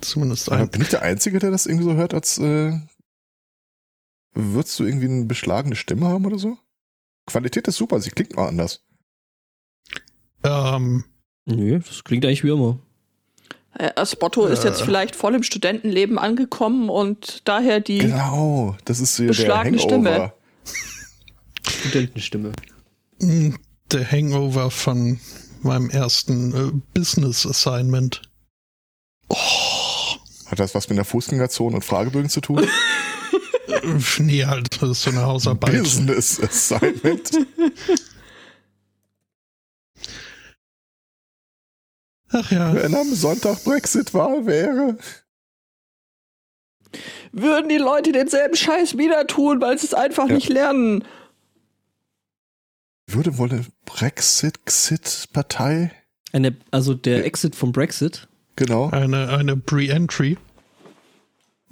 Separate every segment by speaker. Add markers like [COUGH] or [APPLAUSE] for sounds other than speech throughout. Speaker 1: Zumindest
Speaker 2: Aber
Speaker 1: ein.
Speaker 2: Äh, Bin ich der Einzige, der das irgendwie so hört, als äh, würdest du irgendwie eine beschlagene Stimme haben oder so? Qualität ist super, sie klingt mal anders.
Speaker 1: Ähm,
Speaker 3: Nö, das klingt eigentlich wie immer.
Speaker 4: Äh, Asbotto ist jetzt
Speaker 1: Äh.
Speaker 4: vielleicht voll im Studentenleben angekommen und daher die.
Speaker 2: Genau, das ist hier der
Speaker 4: Beschlagene
Speaker 2: Hangover.
Speaker 4: Stimme.
Speaker 3: Studentenstimme.
Speaker 1: mh, ähm, der Hangover von meinem ersten äh, Business Assignment.
Speaker 2: Hat das was mit der Fußgängerzone und Fragebögen zu tun?
Speaker 1: Äh, nee, halt, das ist so eine Hausarbeit.
Speaker 2: Business Assignment.
Speaker 4: [LAUGHS]
Speaker 1: Ach ja.
Speaker 2: Wenn am Sonntag Brexit-Wahl wäre.
Speaker 4: Würden die Leute denselben Scheiß wieder tun, weil sie es einfach
Speaker 2: Ja.
Speaker 4: nicht lernen?
Speaker 2: Würde wohl eine Brexit-Xit-Partei,
Speaker 3: Eine, also der Exit vom Brexit.
Speaker 2: genau.
Speaker 1: Eine, eine Pre-Entry.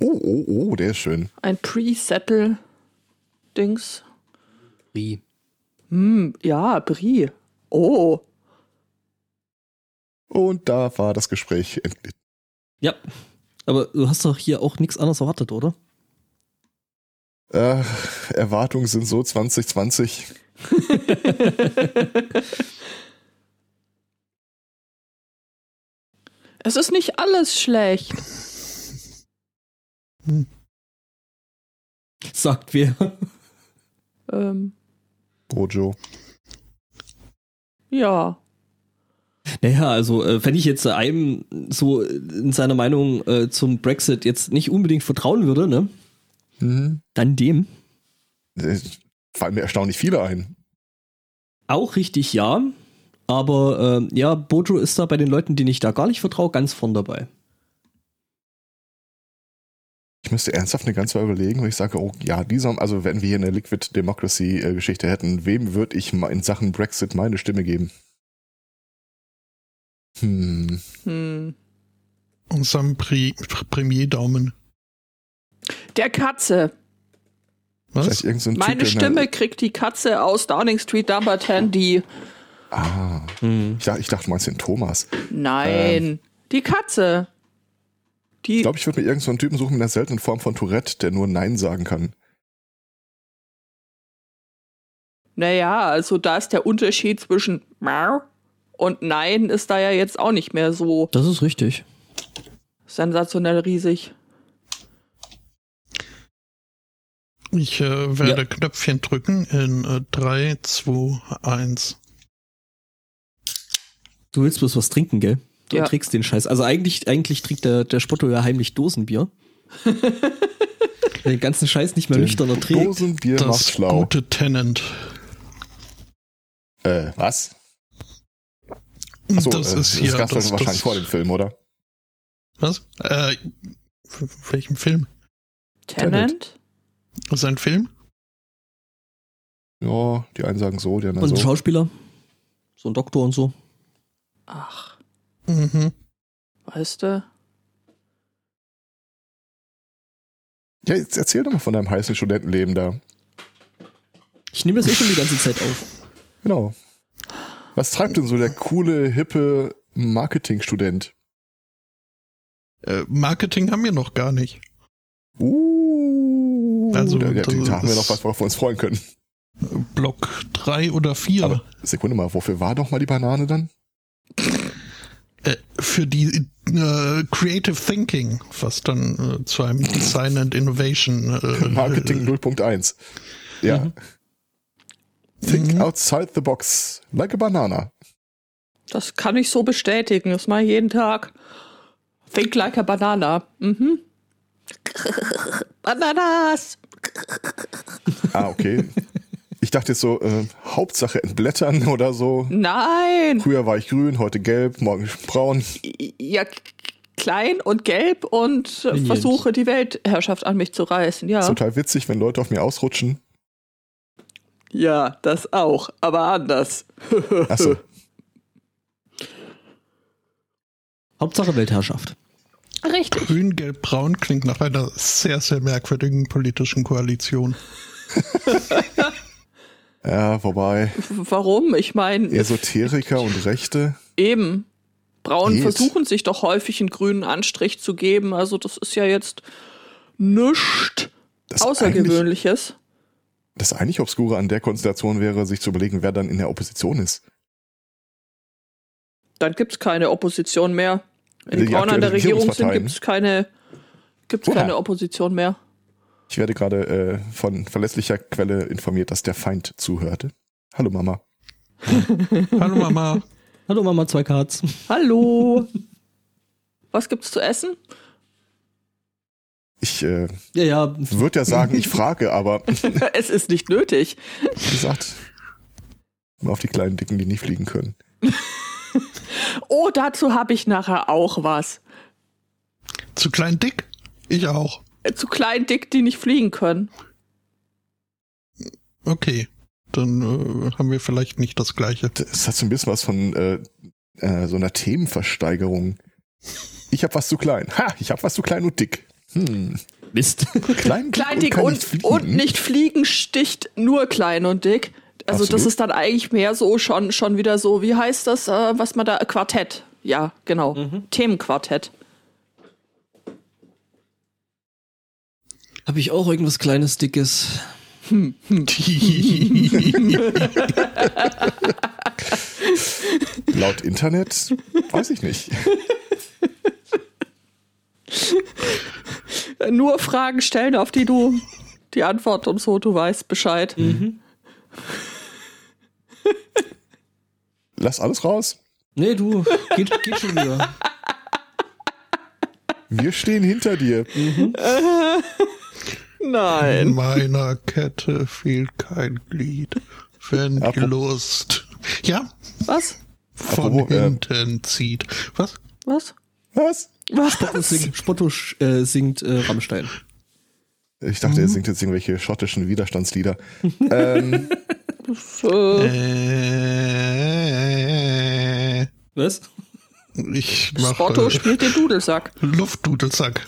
Speaker 2: Oh, oh, oh, der ist schön.
Speaker 4: Ein Pre-Settle-Dings.
Speaker 3: Wie?
Speaker 4: Hm, ja, Brie. Oh.
Speaker 2: Und da war das Gespräch endlich.
Speaker 3: Ja. Aber du hast doch hier auch nichts anderes erwartet, oder?
Speaker 2: Äh, Erwartungen sind so 2020.
Speaker 4: Es ist nicht alles schlecht.
Speaker 3: Sagt wer.
Speaker 4: Ähm,
Speaker 2: Bojo.
Speaker 4: ja.
Speaker 3: [LAUGHS] Naja, also äh, wenn ich jetzt einem so in seiner Meinung äh, zum Brexit jetzt nicht unbedingt vertrauen würde, ne?
Speaker 2: Mhm.
Speaker 3: Dann dem.
Speaker 2: Es fallen mir erstaunlich viele ein.
Speaker 3: Auch richtig ja. Aber ähm, ja, Bojo ist da bei den Leuten, denen ich da gar nicht vertraue, ganz vorn dabei.
Speaker 2: Ich müsste ernsthaft eine ganze Weile überlegen, wenn ich sage, oh ja, dieser, also wenn wir hier eine Liquid Democracy äh, Geschichte hätten, wem würde ich ma- in Sachen Brexit meine Stimme geben? Hm.
Speaker 4: Hm.
Speaker 1: Unserem Pri Premier-Daumen.
Speaker 4: Der Katze.
Speaker 2: Vielleicht
Speaker 1: Was?
Speaker 2: irgend so ein
Speaker 4: Meine
Speaker 2: typ, der
Speaker 4: Stimme
Speaker 2: eine-
Speaker 4: kriegt die Katze aus Downing Street Number 10, die.
Speaker 2: Ah,
Speaker 3: Mhm.
Speaker 2: ich dachte, ich dachte, du meinst den Thomas.
Speaker 4: Nein. Die Katze. Die.
Speaker 2: Ich glaube, ich würde mir irgend so einen Typen suchen mit einer seltenen Form von Tourette, der nur Nein sagen kann.
Speaker 4: Naja, also da ist der Unterschied zwischen Mau und Nein ist da ja jetzt auch nicht mehr so
Speaker 3: Das ist richtig.
Speaker 4: sensationell riesig.
Speaker 1: Ich äh, werde Knöpfchen drücken in äh, 3, 2, 1.
Speaker 3: Du willst bloß was trinken, gell? Du
Speaker 4: Ja.
Speaker 3: trinkst den Scheiß. Also eigentlich, eigentlich trinkt der, der Spotto ja heimlich [LAUGHS] Dosenbier. den ganzen Scheiß nicht mehr
Speaker 2: Den
Speaker 3: nüchtern erträgt.
Speaker 2: Dosenbier macht
Speaker 1: Das
Speaker 2: schlau.
Speaker 1: gute Tenant.
Speaker 2: Äh, was? Achso,
Speaker 1: Und das
Speaker 2: äh,
Speaker 1: ist hier.
Speaker 2: das gab's doch
Speaker 1: das,
Speaker 2: wahrscheinlich
Speaker 1: das,
Speaker 2: vor dem Film, oder?
Speaker 1: Was? Äh, w- welchem Film?
Speaker 4: Tenant?
Speaker 1: Ist ein Film?
Speaker 2: Ja, die einen sagen so, die anderen
Speaker 3: Und ein
Speaker 2: so.
Speaker 3: Schauspieler. So ein Doktor und so.
Speaker 4: Ach,
Speaker 1: Mhm.
Speaker 4: weißt du?
Speaker 2: Ja, jetzt erzähl doch mal von deinem heißen Studentenleben da.
Speaker 3: Ich nehme das eh schon die ganze Zeit auf.
Speaker 2: Genau. Was treibt denn so der coole, hippe Marketingstudent?
Speaker 1: Äh, Marketing haben wir noch gar nicht.
Speaker 2: Uh,
Speaker 1: Also,
Speaker 2: da, ja,
Speaker 1: das
Speaker 2: da haben wir
Speaker 1: ist-
Speaker 2: noch was, worauf wir uns freuen können.
Speaker 1: Äh, Block 3 oder 4.
Speaker 2: Aber Sekunde mal, wofür war doch mal die Banane dann?
Speaker 1: Äh, für die äh, Creative Thinking, was dann äh, zu einem Design and Innovation äh,
Speaker 2: Marketing 0.1. Ja.
Speaker 3: Mhm.
Speaker 2: Think
Speaker 1: Mhm.
Speaker 2: outside the box, like a banana.
Speaker 4: Das kann ich so bestätigen. Das mache ich jeden Tag. Think like a banana. Mhm. [LAUGHS] Bananas!
Speaker 2: Ah, okay.
Speaker 1: [LAUGHS]
Speaker 2: ich dachte jetzt so, äh, Hauptsache entblättern oder so.
Speaker 4: Nein!
Speaker 2: Früher war ich grün, heute gelb, morgen braun.
Speaker 4: Ja, k- klein und gelb und äh,
Speaker 3: Minions.
Speaker 4: versuche die Weltherrschaft an mich zu reißen. Ja,
Speaker 2: Total witzig, wenn Leute auf mir ausrutschen.
Speaker 4: ja das auch, aber anders.
Speaker 1: [LAUGHS]
Speaker 2: Achso.
Speaker 3: Hauptsache Weltherrschaft.
Speaker 4: Richtig.
Speaker 1: Grün, Gelb, Braun klingt nach einer sehr, sehr merkwürdigen politischen Koalition.
Speaker 2: Ja, wobei.
Speaker 4: Warum? Ich meine,
Speaker 2: Esoteriker und Rechte.
Speaker 4: eben. Braun
Speaker 2: Geht.
Speaker 4: versuchen sich doch häufig einen grünen Anstrich zu geben. Also das ist ja jetzt nichts
Speaker 2: Das eigentlich-
Speaker 4: Außergewöhnliches.
Speaker 2: Das eigentlich Obskure an der Konstellation wäre, sich zu überlegen, wer dann in der Opposition ist.
Speaker 4: Dann gibt's keine Opposition mehr. Wenn
Speaker 2: Also Die
Speaker 4: die Braun an der
Speaker 2: aktuelle
Speaker 4: Regierung sind,
Speaker 2: Regierungsparteien.
Speaker 4: gibt's keine, gibt's
Speaker 2: Oha.
Speaker 4: keine Opposition mehr.
Speaker 2: Ich werde gerade äh, von verlässlicher Quelle informiert, dass der Feind zuhörte. Hallo Mama.
Speaker 1: Hallo
Speaker 2: [LAUGHS]
Speaker 1: Mama.
Speaker 3: Hallo Mama, zwei Cards.
Speaker 4: Hallo. [LAUGHS] Was gibt's zu essen? [LAUGHS]
Speaker 2: Ich äh,
Speaker 3: Ja, ja.
Speaker 2: würde ja sagen, ich frage, aber wie
Speaker 4: es ist nicht nötig.
Speaker 2: gesagt, immer auf die kleinen Dicken, die nicht fliegen können.
Speaker 4: Oh, dazu habe ich nachher auch was.
Speaker 1: Zu klein dick? Ich auch.
Speaker 4: Äh, Zu klein, dick, die nicht fliegen können.
Speaker 1: Okay. Dann äh, haben wir vielleicht nicht das
Speaker 2: [LAUGHS]
Speaker 1: gleiche.
Speaker 2: Das hat so ein bisschen was von äh, äh, so einer Themenversteigerung. Ich habe was zu klein. Ha, ich habe was zu klein und dick.
Speaker 4: [LAUGHS]
Speaker 2: Hm.
Speaker 3: Mist.
Speaker 2: Klein,
Speaker 4: Klein, dick
Speaker 2: kann
Speaker 4: und, und nicht fliegen sticht nur klein und dick. Also das
Speaker 2: Absolut.
Speaker 4: ist dann eigentlich mehr so schon, schon wieder so, wie heißt das, äh, was man da, Quartett. Ja, genau.
Speaker 2: Mhm.
Speaker 4: Themenquartett.
Speaker 3: Habe ich auch irgendwas Kleines, Dickes?
Speaker 2: Laut Internet weiß ich nicht.
Speaker 4: Äh, Nur Fragen stellen, auf die du die Antwort und so, du weißt Bescheid.
Speaker 2: Mhm. Lass alles raus.
Speaker 3: Nee, du, geht, geht schon wieder.
Speaker 2: Wir stehen hinter dir.
Speaker 4: Nein.
Speaker 2: Mhm.
Speaker 1: In meiner Kette fehlt kein Glied. Wenn die
Speaker 2: Apropos-
Speaker 1: Lust. Ja,
Speaker 4: Was?
Speaker 1: von
Speaker 2: Apropos, äh,
Speaker 1: hinten zieht. Was?
Speaker 4: Was?
Speaker 2: Was?
Speaker 3: Spotto singt, Spotto sch- äh, singt äh, Rammstein.
Speaker 2: Ich dachte, er singt jetzt irgendwelche schottischen Widerstandslieder. ähm,
Speaker 4: Äh,
Speaker 1: Äh,
Speaker 3: Was?
Speaker 1: ich
Speaker 4: Spotto
Speaker 1: mache
Speaker 4: spielt den Dudelsack.
Speaker 1: Luftdudelsack.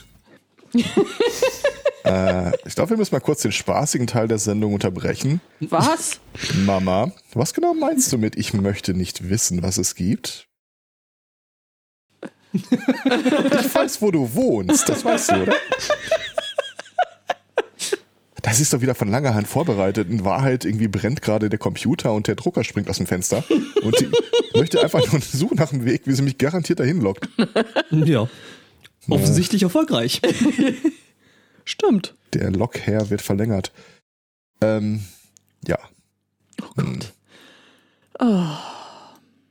Speaker 2: äh, ich glaube, wir müssen mal kurz den spaßigen Teil der Sendung unterbrechen.
Speaker 4: Was?
Speaker 2: [LAUGHS] Mama, was genau meinst du mit, ich möchte nicht wissen, was es gibt? Ich weiß, wo du wohnst, das weißt du, oder? Das ist doch wieder von langer Hand vorbereitet. In Wahrheit irgendwie brennt gerade der Computer und der Drucker springt aus dem Fenster. Und sie möchte einfach nur suchen nach einem Weg, wie sie mich garantiert dahin lockt.
Speaker 3: Ja. Offensichtlich [LAUGHS] erfolgreich.
Speaker 4: Stimmt.
Speaker 2: Der Lokherr wird verlängert. Ähm, ja.
Speaker 4: Oh Gott. Oh,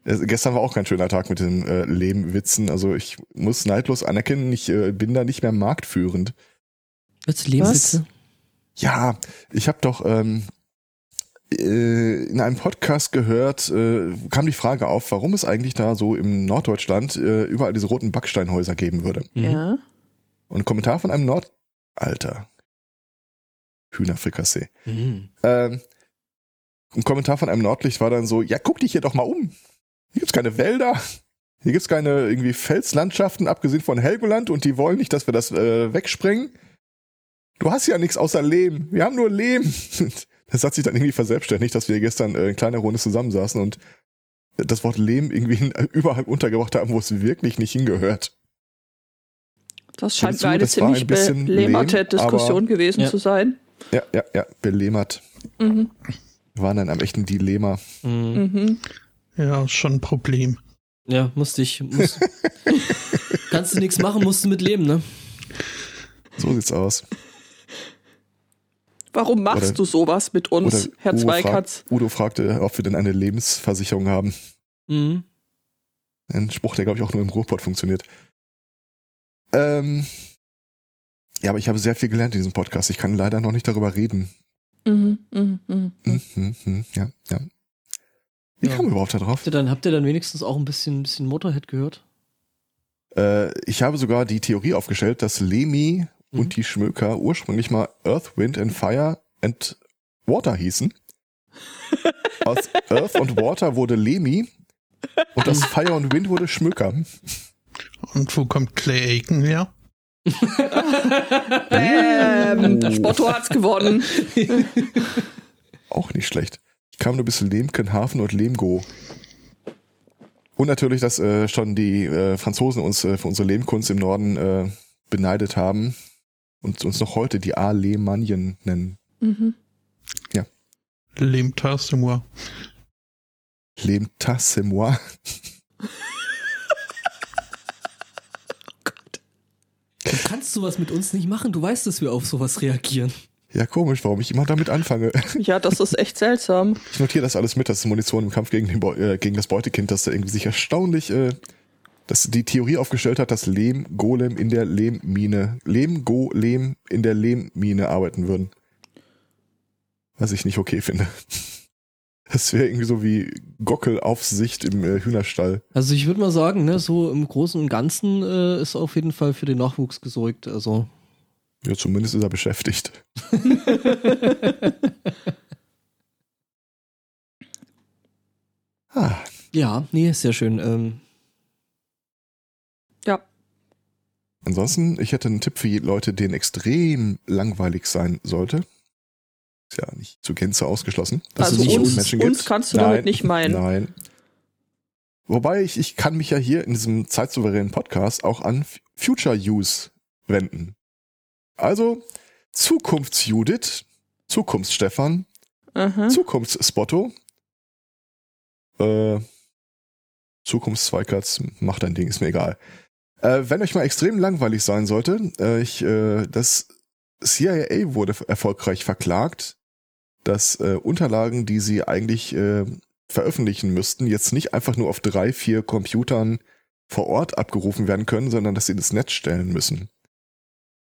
Speaker 2: Es- Gestern war auch kein schöner Tag mit den äh, Lehmwitzen. Also ich muss neidlos anerkennen, ich äh, bin da nicht mehr marktführend.
Speaker 3: Was?
Speaker 4: Lehmwitze?
Speaker 2: Ja, ich habe doch ähm, äh, in einem Podcast gehört, äh, kam die Frage auf, warum es eigentlich da so im Norddeutschland äh, überall diese roten Backsteinhäuser geben würde.
Speaker 3: Mhm.
Speaker 4: Ja.
Speaker 2: Und ein Kommentar von einem Nord... Alter. Hühnerfrikassee.
Speaker 3: Mhm.
Speaker 2: Ähm, ein Kommentar von einem Nordlicht war dann so, ja, guck dich hier doch mal um. Hier gibt's keine Wälder. Hier gibt's keine irgendwie Felslandschaften, abgesehen von Helgoland, und die wollen nicht, dass wir das äh, wegsprengen. Du hast ja nichts außer Lehm. Wir haben nur Lehm. [LAUGHS] Das hat sich dann irgendwie verselbstständigt, dass wir gestern äh, in kleiner Runde zusammensaßen und das Wort Lehm irgendwie hin- überall untergebracht haben, wo es wirklich nicht hingehört.
Speaker 4: Das
Speaker 2: Stimmt
Speaker 4: scheint
Speaker 2: zu,
Speaker 4: mir eine
Speaker 2: das war ein
Speaker 4: ziemlich
Speaker 2: bisschen
Speaker 4: belämmerte
Speaker 2: lehm,
Speaker 4: Diskussion
Speaker 2: aber-
Speaker 4: gewesen
Speaker 3: Ja.
Speaker 4: zu sein.
Speaker 2: Ja, ja, ja, belehmert.
Speaker 4: Mhm.
Speaker 2: Wir waren dann am echten Dilemma.
Speaker 3: Mhm.
Speaker 4: Mhm.
Speaker 1: Ja, ist schon ein Problem.
Speaker 3: Ja, musste ich. Muss. [LAUGHS] Kannst du nichts machen, musst du mit leben, ne?
Speaker 2: So sieht's aus.
Speaker 4: Warum machst
Speaker 2: Oder-
Speaker 4: du sowas mit uns, Herr
Speaker 2: Udo,
Speaker 4: Zweikatz?
Speaker 2: fragt, Udo fragte, ob wir denn eine Lebensversicherung haben.
Speaker 3: Mhm.
Speaker 2: Ein Spruch, der, glaube ich, auch nur im Ruhrpott funktioniert. Ähm, ja, aber ich habe sehr viel gelernt in diesem Podcast. Ich kann leider noch nicht darüber reden.
Speaker 4: Mhm. Mhm. Mhm.
Speaker 2: Hm, hm, hm, ja, ja. Wie
Speaker 3: Ja.
Speaker 2: kam ich überhaupt da drauf?
Speaker 3: Habt ihr dann, habt ihr dann wenigstens auch ein bisschen, ein bisschen Motorhead gehört?
Speaker 2: Äh, ich habe sogar die Theorie aufgestellt, dass Lemi
Speaker 3: Mhm.
Speaker 2: und die Schmöker ursprünglich mal Earth, Wind and Fire and Water hießen. Aus Earth und Water wurde Lemi und aus Fire und Wind wurde Schmöker.
Speaker 1: Und wo kommt Clay Aiken her?
Speaker 4: Bäm. Ähm, Spotto hat's gewonnen.
Speaker 2: Auch nicht schlecht. Ich kam nur bis Lemkenhafen und Lemgo. Und natürlich, dass äh, schon die äh, Franzosen uns äh, für unsere Lehmkunst im Norden äh, beneidet haben und uns noch heute die Alemanien nennen.
Speaker 4: Mhm.
Speaker 1: Lehmtas moi.
Speaker 2: Lehm tasse moi.
Speaker 3: Du kannst sowas mit uns nicht machen. Du weißt, dass wir auf sowas reagieren.
Speaker 2: Ja, komisch, warum ich immer damit anfange.
Speaker 4: Ja, das ist echt seltsam.
Speaker 2: Ich notiere das alles mit, dass Munition im Kampf gegen, den Beu äh, gegen das Beutekind, dass er irgendwie sich erstaunlich, äh, dass die Theorie aufgestellt hat, dass Lehm-Golem in der Lehmmine, Lehm-Golem in der Lehmmine arbeiten würden. Was ich nicht okay finde. [LAUGHS] Das wäre irgendwie so wie Gockelaufsicht im äh, Hühnerstall.
Speaker 3: Also ich würde mal sagen, ne, so im Großen und Ganzen äh, ist auf jeden Fall für den Nachwuchs gesorgt. Also [LAUGHS]
Speaker 2: Ja, zumindest ist er beschäftigt. Ah,
Speaker 3: ja, nee, sehr schön. Ähm,
Speaker 2: Ansonsten, ich hätte einen Tipp für je- Leute, denen extrem langweilig sein sollte. Ist ja nicht zu Gänze ausgeschlossen, dass
Speaker 4: also
Speaker 2: es nicht
Speaker 4: uns,
Speaker 2: so Menschen
Speaker 4: uns
Speaker 2: gibt.
Speaker 4: kannst du
Speaker 2: Nein.
Speaker 4: damit nicht meinen.
Speaker 2: Nein. Wobei ich, ich kann mich ja hier in diesem zeitsouveränen Podcast auch an F- Future Use wenden. Also Zukunfts-Judith, Zukunfts-Stefan,
Speaker 4: Aha.
Speaker 2: Zukunftsspotto. Äh, Zukunftszweikatz, mach dein Ding, ist mir egal. Äh, wenn euch mal extrem langweilig sein sollte, äh, ich, äh, das CIA wurde f- erfolgreich verklagt, dass äh, Unterlagen, die sie eigentlich äh, veröffentlichen müssten, jetzt nicht einfach nur auf drei, vier Computern vor Ort abgerufen werden können, sondern dass sie ins Netz stellen müssen.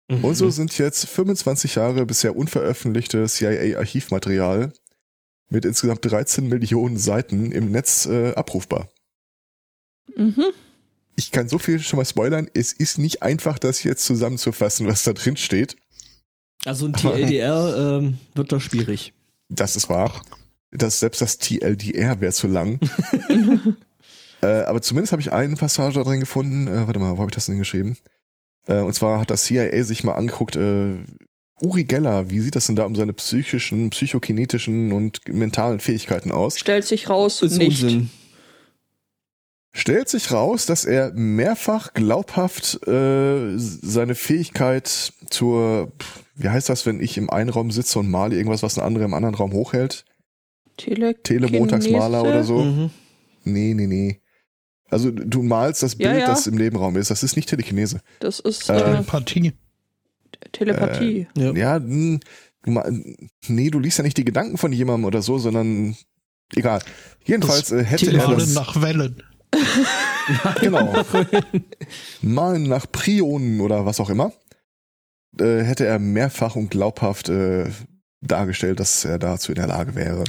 Speaker 3: Mhm.
Speaker 2: Und so sind jetzt 25 Jahre bisher unveröffentlichte CIA-Archivmaterial mit insgesamt 13 Millionen Seiten im Netz äh, abrufbar.
Speaker 4: Mhm.
Speaker 2: Ich kann so viel schon mal spoilern, es ist nicht einfach, das jetzt zusammenzufassen, was da drin steht.
Speaker 3: also ein TLDR ähm, wird da schwierig.
Speaker 2: Das ist wahr. Das, selbst das TLDR wäre zu lang. äh, aber zumindest habe ich eine Passage da drin gefunden. Äh, warte mal, wo habe ich das denn geschrieben? Äh, und zwar hat das CIA sich mal angeguckt, äh, Uri Geller, wie sieht das denn da um seine psychischen, psychokinetischen und mentalen Fähigkeiten aus?
Speaker 4: Stellt sich raus,
Speaker 3: Ist
Speaker 4: nicht.
Speaker 3: Unsinn.
Speaker 2: stellt sich raus, dass er mehrfach glaubhaft äh, seine Fähigkeit zur, pf, wie heißt das, wenn ich im einen Raum sitze und male irgendwas, was ein anderer im anderen Raum hochhält?
Speaker 4: Tele
Speaker 2: Telemontagsmaler
Speaker 4: Kinese?
Speaker 2: oder so?
Speaker 3: Mhm.
Speaker 2: Nee, nee, nee. Also du malst das
Speaker 4: Ja,
Speaker 2: Bild,
Speaker 4: ja.
Speaker 2: das im Nebenraum ist. Das ist nicht Telekinese.
Speaker 4: Das ist
Speaker 2: Äh,
Speaker 4: äh,
Speaker 1: Telepathie.
Speaker 4: Telepathie.
Speaker 3: Ja.
Speaker 2: Ja, mh, du ma- nee, du liest ja nicht die Gedanken von jemandem oder so, sondern egal. Jedenfalls äh, hätte er
Speaker 1: Malen
Speaker 2: das...
Speaker 1: nach Wellen.
Speaker 2: Genau. Malen nach Prionen oder was auch immer. Äh, hätte er mehrfach und glaubhaft äh, dargestellt, dass er dazu in der Lage wäre.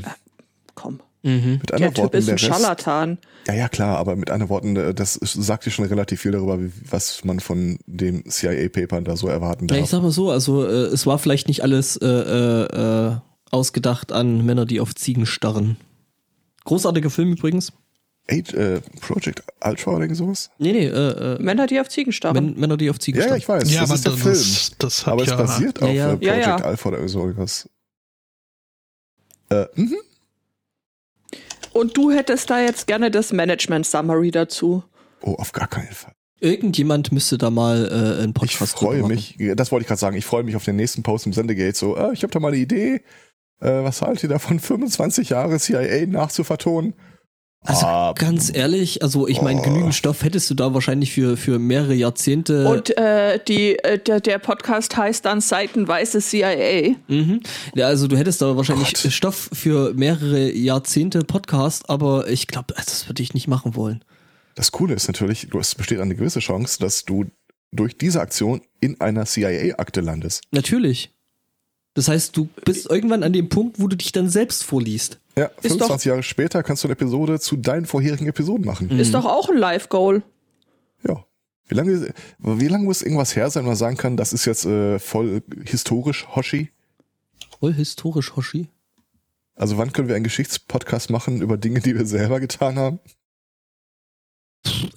Speaker 4: Komm,
Speaker 3: Mhm.
Speaker 2: Mit
Speaker 4: der
Speaker 2: anderen
Speaker 4: Typ
Speaker 2: Worten,
Speaker 4: ist
Speaker 2: der
Speaker 4: ein
Speaker 2: Rest,
Speaker 4: Scharlatan.
Speaker 2: ja, ja, klar, aber mit anderen Worten, äh, das ist- sagt ja schon relativ viel darüber, wie- was man von dem CIA-Paper da so erwarten
Speaker 3: Ja, ich
Speaker 2: darf.
Speaker 3: sag mal so, also äh, es war vielleicht nicht alles äh, äh, äh, ausgedacht an Männer, die auf Ziegen starren. Großartiger Film übrigens.
Speaker 2: Age, äh, Project Ultra oder irgend sowas?
Speaker 3: Nee, nee, äh, äh,
Speaker 4: Männer, die auf Ziegen starren.
Speaker 3: Män Männer, die auf Ziegen
Speaker 2: Ja, ja,
Speaker 3: starren.
Speaker 2: ich weiß,
Speaker 1: ja,
Speaker 2: das
Speaker 1: aber
Speaker 2: ist der
Speaker 1: das,
Speaker 2: Film.
Speaker 1: das, das hat
Speaker 2: Aber es
Speaker 1: ja.
Speaker 2: basiert
Speaker 3: Ja,
Speaker 2: auf
Speaker 3: ja.
Speaker 2: äh, Project
Speaker 4: Ja, ja.
Speaker 2: Alpha oder irgend so irgendwas. Äh, mhm.
Speaker 4: Und du hättest da jetzt gerne das Management-Summary dazu.
Speaker 2: Oh, auf gar keinen Fall.
Speaker 3: Irgendjemand müsste da mal äh, einen
Speaker 2: Ich
Speaker 3: Podcast drüber
Speaker 2: freue
Speaker 3: machen.
Speaker 2: mich, das wollte ich gerade sagen, ich freue mich auf den nächsten Post im Sendegate. So, äh, ich habe da mal eine Idee. Äh, was haltet ihr davon, [LAUGHS] 25 Jahre CIA nachzuvertonen?
Speaker 3: Also
Speaker 2: Ah,
Speaker 3: ganz ehrlich, also ich meine,
Speaker 2: Oh.
Speaker 3: genügend Stoff hättest du da wahrscheinlich für, für mehrere Jahrzehnte.
Speaker 4: Und äh, die, äh, der, der Podcast heißt dann Seitenweise CIA.
Speaker 3: Mhm. Ja, also du hättest da wahrscheinlich
Speaker 2: Gott.
Speaker 3: Stoff für mehrere Jahrzehnte Podcast, aber ich glaube, das würde ich nicht machen wollen.
Speaker 2: das Coole ist natürlich, du- es besteht eine gewisse Chance, dass du durch diese Aktion in einer CIA-Akte landest.
Speaker 3: Natürlich. Das heißt, du bist irgendwann an dem Punkt, wo du dich dann selbst vorliest.
Speaker 2: Ja,
Speaker 4: Ist
Speaker 2: 25 Jahre später kannst du eine Episode zu deinen vorherigen Episoden machen.
Speaker 4: Ist doch auch ein Live-Goal.
Speaker 2: Ja. Wie lange, wie lange muss irgendwas her sein, wo man sagen kann, das ist jetzt äh, voll historisch, Hoshi?
Speaker 3: Voll historisch, Hoshi.
Speaker 2: Also wann können wir einen Geschichtspodcast machen über Dinge, die wir selber getan haben?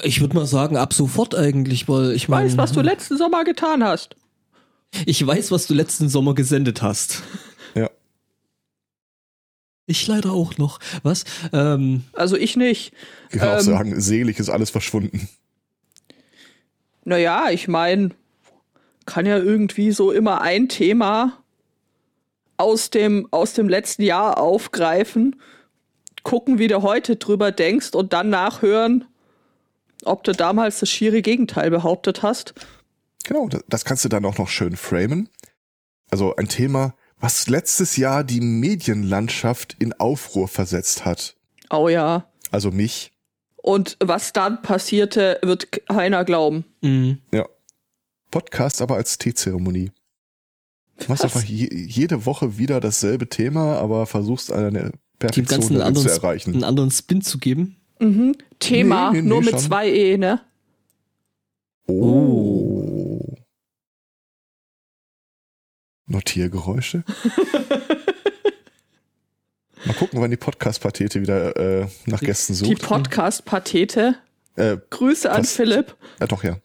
Speaker 3: Ich würde mal sagen, ab sofort eigentlich, weil ich meine.
Speaker 4: Weiß, was
Speaker 2: Mhm.
Speaker 4: du letzten Sommer getan hast.
Speaker 3: Ich weiß, was du letzten Sommer gesendet hast. Ich leider auch noch. Was? Ähm,
Speaker 4: Also ich nicht.
Speaker 2: Ich kann auch
Speaker 4: Ähm.
Speaker 2: sagen, selig ist alles verschwunden.
Speaker 4: Naja, ich meine, kann ja irgendwie so immer ein Thema aus dem, aus dem letzten Jahr aufgreifen, gucken, wie du heute drüber denkst und dann nachhören, ob du damals das schiere Gegenteil behauptet hast.
Speaker 2: Genau, das, das kannst du dann auch noch schön framen. Also ein Thema, was letztes Jahr die Medienlandschaft in Aufruhr versetzt hat.
Speaker 4: Oh ja.
Speaker 2: Also mich.
Speaker 4: Und was dann passierte, wird keiner glauben.
Speaker 3: mh.
Speaker 2: Podcast aber als Teezeremonie. Du machst
Speaker 4: Was?
Speaker 2: einfach je, jede Woche wieder dasselbe Thema, aber versuchst eine
Speaker 3: dem
Speaker 2: Perfektion
Speaker 3: Ganzen einen
Speaker 2: darin zu
Speaker 3: anderen,
Speaker 2: erreichen.
Speaker 3: einen anderen Spin zu geben.
Speaker 4: Mhm. Thema,
Speaker 2: Nee, nee, nee,
Speaker 4: nur mit
Speaker 2: schon.
Speaker 4: zwei E, ne?
Speaker 2: Oh.
Speaker 4: [LAUGHS]
Speaker 2: Notiergeräusche. Mal gucken, wann die Podcast-Patete wieder äh, nach Gästen
Speaker 4: Die
Speaker 2: sucht.
Speaker 4: Podcast-Pathete.
Speaker 2: Äh,
Speaker 4: Grüße an
Speaker 2: Fast.
Speaker 4: Philipp.
Speaker 2: ja, doch, ja.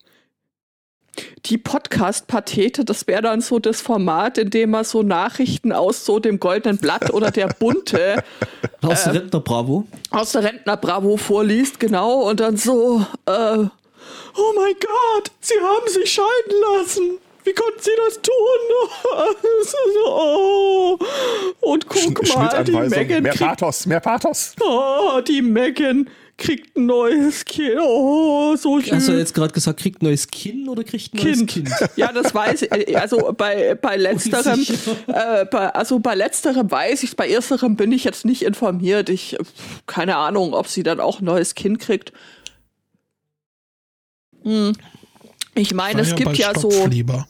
Speaker 4: Oh, Die Podcast-Pathete, das wäre dann so das Format, in dem man so Nachrichten aus so dem Goldenen Blatt oder der Bunte Äh.
Speaker 3: Aus der Rentner Bravo.
Speaker 4: aus der Rentner Bravo vorliest, genau, und dann so, äh, oh mein Gott, sie haben sich scheiden lassen. Wie konnten sie das tun? oh. [LAUGHS] Und guck
Speaker 2: Sch
Speaker 4: mal, die
Speaker 2: Schnittanweisung.
Speaker 4: Megan
Speaker 2: Mehr
Speaker 4: kriegt
Speaker 2: Pathos, mehr Pathos.
Speaker 4: Oh, die Megan kriegt ein neues Kind. Oh, so süß.
Speaker 3: Hast du jetzt gerade gesagt, kriegt ein neues Kinn oder kriegt ein
Speaker 4: Kind.
Speaker 3: neues Kind?
Speaker 4: Ja, das weiß ich. Also bei, [LAUGHS] bei letzterem,
Speaker 3: Unsicher.
Speaker 4: äh, bei, also bei letzterem weiß ich, bei ersterem bin ich jetzt nicht informiert. Ich, pff, keine Ahnung, ob sie dann auch ein neues Kind kriegt. Hm. Ich meine, es gibt ja so,
Speaker 1: Stopfleber.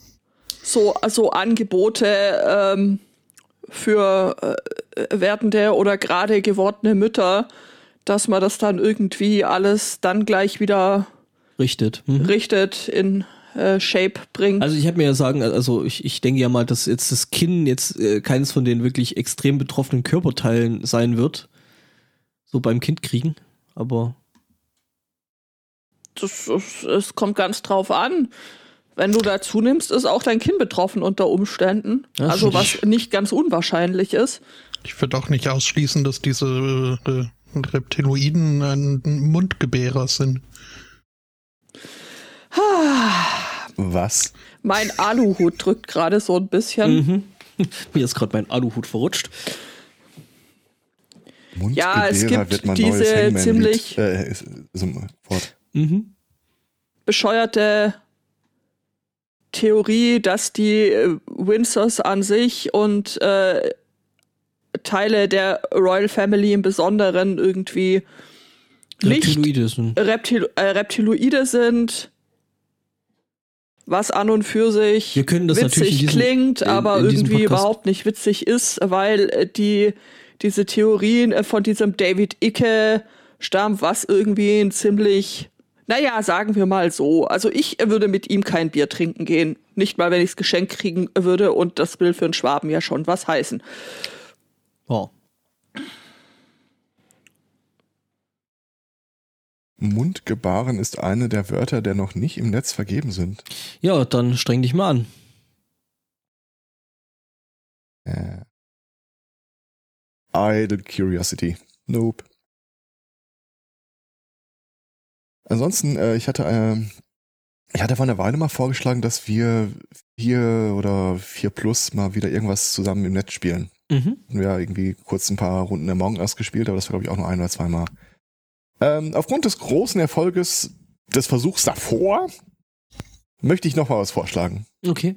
Speaker 4: so, so Angebote ähm, für äh, werdende oder gerade gewordene Mütter, dass man das dann irgendwie alles dann gleich wieder
Speaker 3: Richtet. Mhm.
Speaker 4: richtet, in äh, Shape bringt.
Speaker 3: Also ich habe mir ja sagen, also ich, ich denke ja mal, dass jetzt das Kinn jetzt äh, keines von den wirklich extrem betroffenen Körperteilen sein wird. So beim Kind kriegen. Aber
Speaker 4: Das, das, es kommt ganz drauf an. Wenn du dazu nimmst, ist auch dein Kind betroffen unter Umständen.
Speaker 3: Das
Speaker 4: also
Speaker 3: stimmt.
Speaker 4: was nicht ganz unwahrscheinlich ist.
Speaker 1: Ich würde auch nicht ausschließen, dass diese äh, Reptiloiden ein Mundgebärer sind.
Speaker 2: Was?
Speaker 4: Mein Aluhut drückt gerade so ein bisschen.
Speaker 3: mhm. [LAUGHS] mir ist gerade mein Aluhut verrutscht.
Speaker 4: Ja, es
Speaker 2: Mundgebärer
Speaker 4: gibt
Speaker 2: wird mein
Speaker 4: diese
Speaker 2: neues Hangman-Lied.
Speaker 4: ziemlich-
Speaker 2: Äh, ist, ist ein Wort.
Speaker 3: Mhm.
Speaker 4: bescheuerte Theorie, dass die äh, Windsors an sich und äh, Teile der Royal Family im Besonderen irgendwie nicht
Speaker 3: Reptiloide sind.
Speaker 4: Reptil äh, Reptiloide sind, was an und für sich
Speaker 3: Wir können das natürlich in
Speaker 4: witzig
Speaker 3: diesem-
Speaker 4: klingt,
Speaker 3: in-
Speaker 4: aber
Speaker 3: in diesem
Speaker 4: irgendwie
Speaker 3: Podcast-
Speaker 4: überhaupt nicht witzig ist, weil äh, die diese Theorien äh, von diesem David Icke stammen, was irgendwie ein ziemlich naja, sagen wir mal so. Also ich äh, würde mit ihm kein Bier trinken gehen. Nicht mal, wenn ich es Geschenk kriegen würde. Und das will für einen Schwaben ja schon was heißen.
Speaker 3: Ja.
Speaker 2: Mundgebaren ist eine der Wörter, der noch nicht im Netz vergeben sind.
Speaker 3: ja, dann streng dich mal an.
Speaker 2: Äh. Idle Curiosity. Nope. Ansonsten, äh, ich hatte, ähm, ich hatte vor einer Weile mal vorgeschlagen, dass wir vier oder vier plus mal wieder irgendwas zusammen im Netz spielen.
Speaker 3: Mhm.
Speaker 2: Hatten wir irgendwie kurz ein paar Runden Among Us gespielt, aber das war, glaube ich, auch nur ein oder zweimal. Ähm, aufgrund des großen Erfolges des Versuchs davor möchte ich nochmal was vorschlagen.
Speaker 3: Okay.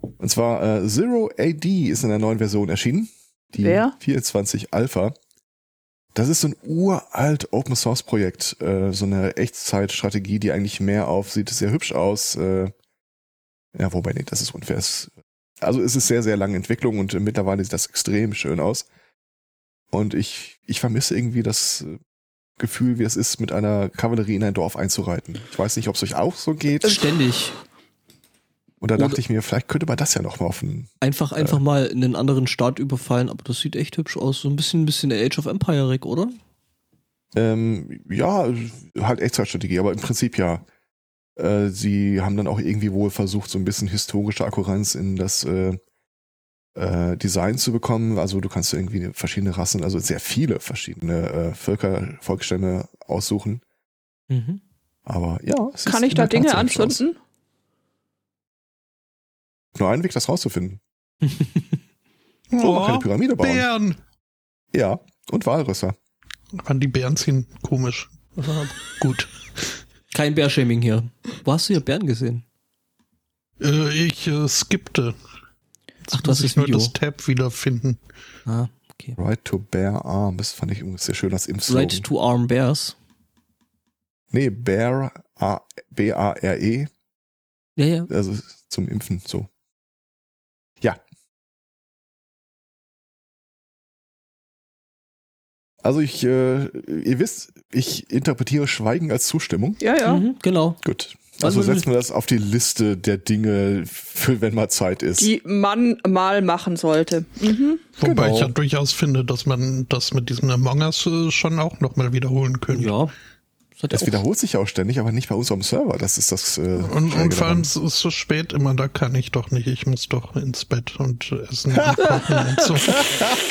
Speaker 2: Und zwar äh, Zero AD ist in der neuen Version erschienen. Die
Speaker 4: Wer?
Speaker 2: 24 Alpha. Das ist so ein uralt Open Source Projekt, äh, so eine Echtzeitstrategie, die eigentlich mehr auf sieht sehr hübsch aus. Äh, ja, wobei nee, das ist unfair. Es- Also es ist sehr sehr lange Entwicklung und äh, mittlerweile sieht das extrem schön aus. Und ich ich vermisse irgendwie das äh, Gefühl, wie es ist, mit einer Kavallerie in ein Dorf einzureiten. Ich weiß nicht, ob es euch auch so geht.
Speaker 3: Ständig.
Speaker 2: Und da dachte
Speaker 3: Oder-
Speaker 2: ich mir, vielleicht könnte man das ja noch mal auf den
Speaker 3: Einfach, einfach mal in einen anderen Staat überfallen, aber das sieht echt hübsch aus. So ein bisschen, ein bisschen der Age of Empire-Rig, oder?
Speaker 2: Ähm, ja, halt Echtzeitstrategie, aber im Prinzip ja. Äh, sie haben dann auch irgendwie wohl versucht, so ein bisschen historische Akkuranz in das äh, äh, Design zu bekommen. Also du kannst irgendwie verschiedene Rassen, also sehr viele verschiedene äh, Völker, Volksstämme aussuchen.
Speaker 3: Mhm. [LAUGHS]
Speaker 2: Aber ja, es
Speaker 4: Kann
Speaker 2: ist
Speaker 4: ich
Speaker 2: in
Speaker 4: da
Speaker 2: der Tat
Speaker 4: Dinge
Speaker 2: sehr abschluss.
Speaker 4: anzünden?
Speaker 2: Nur einen Weg, das rauszufinden. Oh, man kann
Speaker 1: Oh,
Speaker 2: eine Pyramide bauen.
Speaker 1: Bären!
Speaker 2: Ja, und Walrösser.
Speaker 1: Waren die Bären ziehen komisch. Aber Gut.
Speaker 3: Kein Bärshaming hier. Wo hast du hier Bären gesehen?
Speaker 1: Äh, ich äh, skippte.
Speaker 3: Ach, du hast
Speaker 1: Muss
Speaker 3: das
Speaker 1: ich nur
Speaker 3: Video.
Speaker 1: das Tab wiederfinden.
Speaker 3: Ah,
Speaker 2: Right to Bear Arms fand ich übrigens sehr schön als Impfslogan.
Speaker 3: right to arm bears.
Speaker 2: nee, Bear, A- E, B-A-R-E,
Speaker 3: Ja, ja.
Speaker 2: also zum Impfen, so. Ja. Also ich, äh, ihr wisst, ich interpretiere Schweigen als Zustimmung.
Speaker 4: Ja, ja.
Speaker 3: Mhm, genau.
Speaker 2: Gut.
Speaker 3: Also-
Speaker 2: Also setzen wir das auf die Liste der Dinge, für wenn mal Zeit ist.
Speaker 4: Die man mal machen sollte. Mhm.
Speaker 1: Wobei
Speaker 2: Genau.
Speaker 1: ich ja durchaus finde, dass man das mit diesem Among Us äh, schon auch nochmal wiederholen könnte.
Speaker 3: Ja. Das hat ja
Speaker 2: Es
Speaker 3: auch-
Speaker 2: wiederholt sich auch ständig, aber nicht bei uns am Server. Das ist das. Äh,
Speaker 1: Und,
Speaker 2: Schräge
Speaker 1: und
Speaker 3: genau.
Speaker 1: vor allem
Speaker 2: daran.
Speaker 1: es ist so spät immer, da kann ich doch nicht. Ich muss doch ins Bett und essen und kochen und
Speaker 3: [LAUGHS]
Speaker 1: so.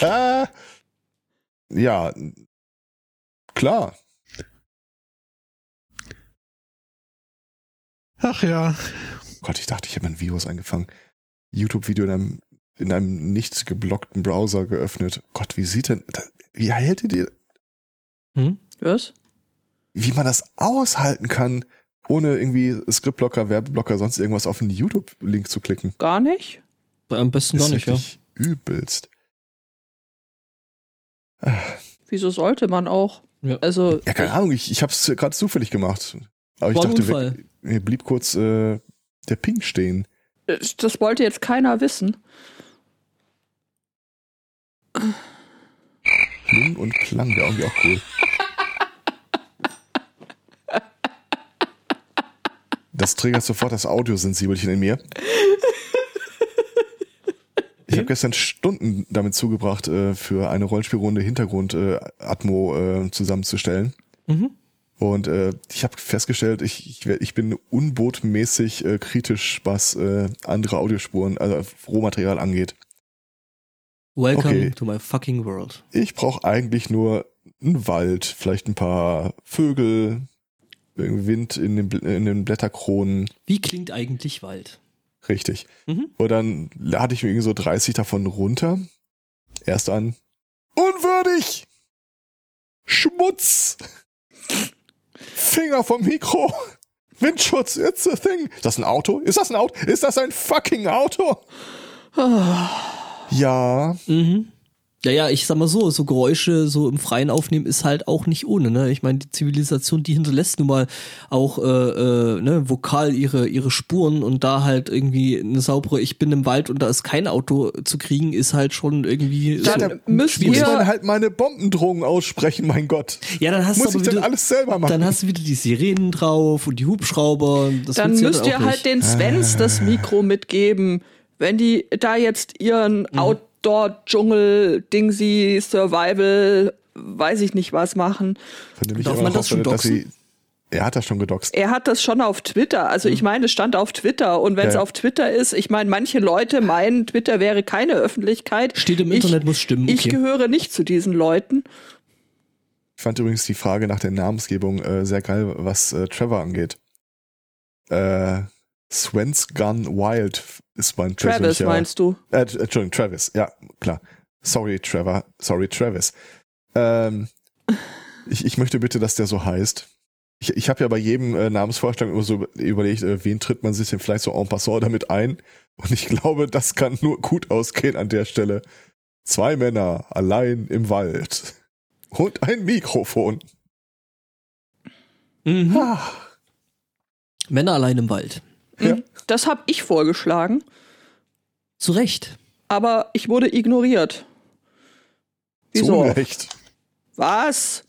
Speaker 2: Ah. [LAUGHS] ja, klar.
Speaker 1: Ach ja,
Speaker 2: Oh Gott, ich dachte, ich hätte mein Virus eingefangen. YouTube-Video in einem, in einem nicht geblockten Browser geöffnet. Oh Gott, wie sieht denn. da- Wie haltet ihr,
Speaker 3: Hm?
Speaker 4: Was?
Speaker 2: wie man das aushalten kann, ohne irgendwie Skriptblocker, Werbeblocker, sonst irgendwas auf einen YouTube-Link zu klicken?
Speaker 4: Gar nicht?
Speaker 3: Am besten gar
Speaker 2: Ist
Speaker 3: nicht, ja.
Speaker 2: wirklich Übelst.
Speaker 4: Wieso sollte man auch?
Speaker 3: Ja.
Speaker 4: Also,
Speaker 2: Ja, keine Ahnung, ich, ich habe es gerade zufällig gemacht. Aber ich
Speaker 3: War ein
Speaker 2: dachte,
Speaker 3: Unfall.
Speaker 2: weg- mir blieb kurz äh, der Ping stehen.
Speaker 4: äh, das wollte jetzt keiner wissen.
Speaker 2: Kling und Klang wäre irgendwie auch cool. Das triggert sofort das Audiosensibelchen in mir. Ich habe gestern Stunden damit zugebracht, äh, für eine Rollenspielrunde Hintergrund äh, Atmo äh, zusammenzustellen.
Speaker 3: Mhm.
Speaker 2: Und äh, ich habe festgestellt, ich, ich, werd- ich bin unbotmäßig äh, kritisch, was äh, andere Audiospuren, also Rohmaterial angeht.
Speaker 3: Welcome
Speaker 2: Okay.
Speaker 3: to my fucking world.
Speaker 2: Ich brauche eigentlich nur einen Wald, vielleicht ein paar Vögel, Wind in den, Bl- in den Blätterkronen.
Speaker 3: Wie klingt eigentlich Wald?
Speaker 2: Richtig.
Speaker 3: Mhm.
Speaker 2: Und dann lade ich mir irgendwie so 30 davon runter. Erst an. Unwürdig! Schmutz! Finger vom Mikro! Windschutz, it's a thing! Ist das ein Auto? Ist das ein Auto? Ist das ein fucking Auto?
Speaker 4: Ah,
Speaker 2: Ja,
Speaker 3: Mhm. Ja, ja, ich sag mal so, so Geräusche so im Freien aufnehmen ist halt auch nicht ohne, ne? Ich meine, die Zivilisation, die hinterlässt nun mal auch äh, äh, ne, vokal ihre, ihre Spuren und da halt irgendwie eine saubere, ich bin im Wald und da ist kein Auto zu kriegen, ist halt schon irgendwie.
Speaker 4: Dann
Speaker 3: so
Speaker 2: da
Speaker 4: müsst
Speaker 2: muss
Speaker 4: ihr-
Speaker 2: man halt meine Bombendrohungen aussprechen, mein Gott.
Speaker 3: ja, dann hast
Speaker 2: Muss
Speaker 3: du
Speaker 2: ich
Speaker 3: aber
Speaker 2: denn
Speaker 3: wieder,
Speaker 2: alles selber machen?
Speaker 3: dann hast du wieder die Sirenen drauf und die Hubschrauber. und Das
Speaker 4: dann
Speaker 3: willst du ja
Speaker 4: müsst ihr
Speaker 3: auch
Speaker 4: halt
Speaker 3: nicht. Ah.
Speaker 4: den Svens das Mikro mitgeben. Wenn die da jetzt ihren
Speaker 3: Mhm.
Speaker 4: Outdoor-Dschungel-Dingsy-Survival, weiß ich nicht was machen.
Speaker 2: Dann nehme ich
Speaker 3: Darf
Speaker 2: aber
Speaker 3: man
Speaker 2: noch
Speaker 3: das schon
Speaker 2: dass sie, Er hat das schon gedoxt.
Speaker 4: Er hat das schon auf Twitter. Also
Speaker 3: Mhm.
Speaker 4: ich meine, es stand auf Twitter. Und wenn es
Speaker 2: Ja, ja.
Speaker 4: auf Twitter ist, ich meine, manche Leute meinen, Twitter wäre keine Öffentlichkeit.
Speaker 3: Steht im
Speaker 4: Ich-
Speaker 3: Internet, muss stimmen.
Speaker 4: Ich
Speaker 3: okay.
Speaker 4: gehöre nicht zu diesen Leuten.
Speaker 2: Ich fand übrigens die Frage nach der Namensgebung äh, sehr geil, was äh, Trevor angeht. Äh, Sven's Gun Wild ist mein
Speaker 4: Travis
Speaker 2: persönlicher-
Speaker 4: meinst du?
Speaker 2: Äh, Entschuldigung, Travis, ja, klar. Sorry, Trevor. Sorry, Travis. Ähm, ich, ich möchte bitte, dass der so heißt. Ich, ich habe ja bei jedem äh, Namensvorschlag immer so überlegt, äh, wen tritt man sich denn vielleicht so en passant damit ein? Und ich glaube, das kann nur gut ausgehen an der Stelle. Zwei Männer allein im Wald. Und ein Mikrofon.
Speaker 3: Mhm.
Speaker 2: Ah,
Speaker 3: Männer allein im Wald.
Speaker 2: Ja.
Speaker 4: Hm? Das habe ich vorgeschlagen,
Speaker 3: Zu Recht.
Speaker 4: aber ich wurde ignoriert.
Speaker 2: zu
Speaker 4: Wieso?
Speaker 2: Unrecht.
Speaker 4: Was?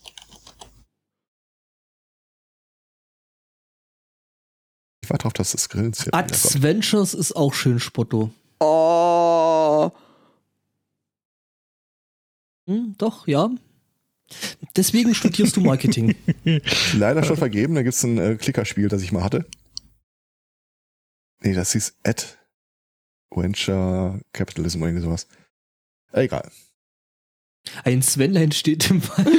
Speaker 2: Ich warte drauf, dass das Grillen zählt.
Speaker 3: Adventures ist auch schön, Spotto.
Speaker 4: Oh.
Speaker 3: Hm, doch, ja. Deswegen studierst
Speaker 2: [LAUGHS]
Speaker 3: du Marketing.
Speaker 2: Leider schon vergeben, da gibt's ein äh, Klickerspiel, das ich mal hatte. Nee, das hieß Ad Venture Capitalism oder irgendwie sowas. Egal.
Speaker 3: Ein Svenlein steht im
Speaker 2: [LAUGHS]
Speaker 3: Wald.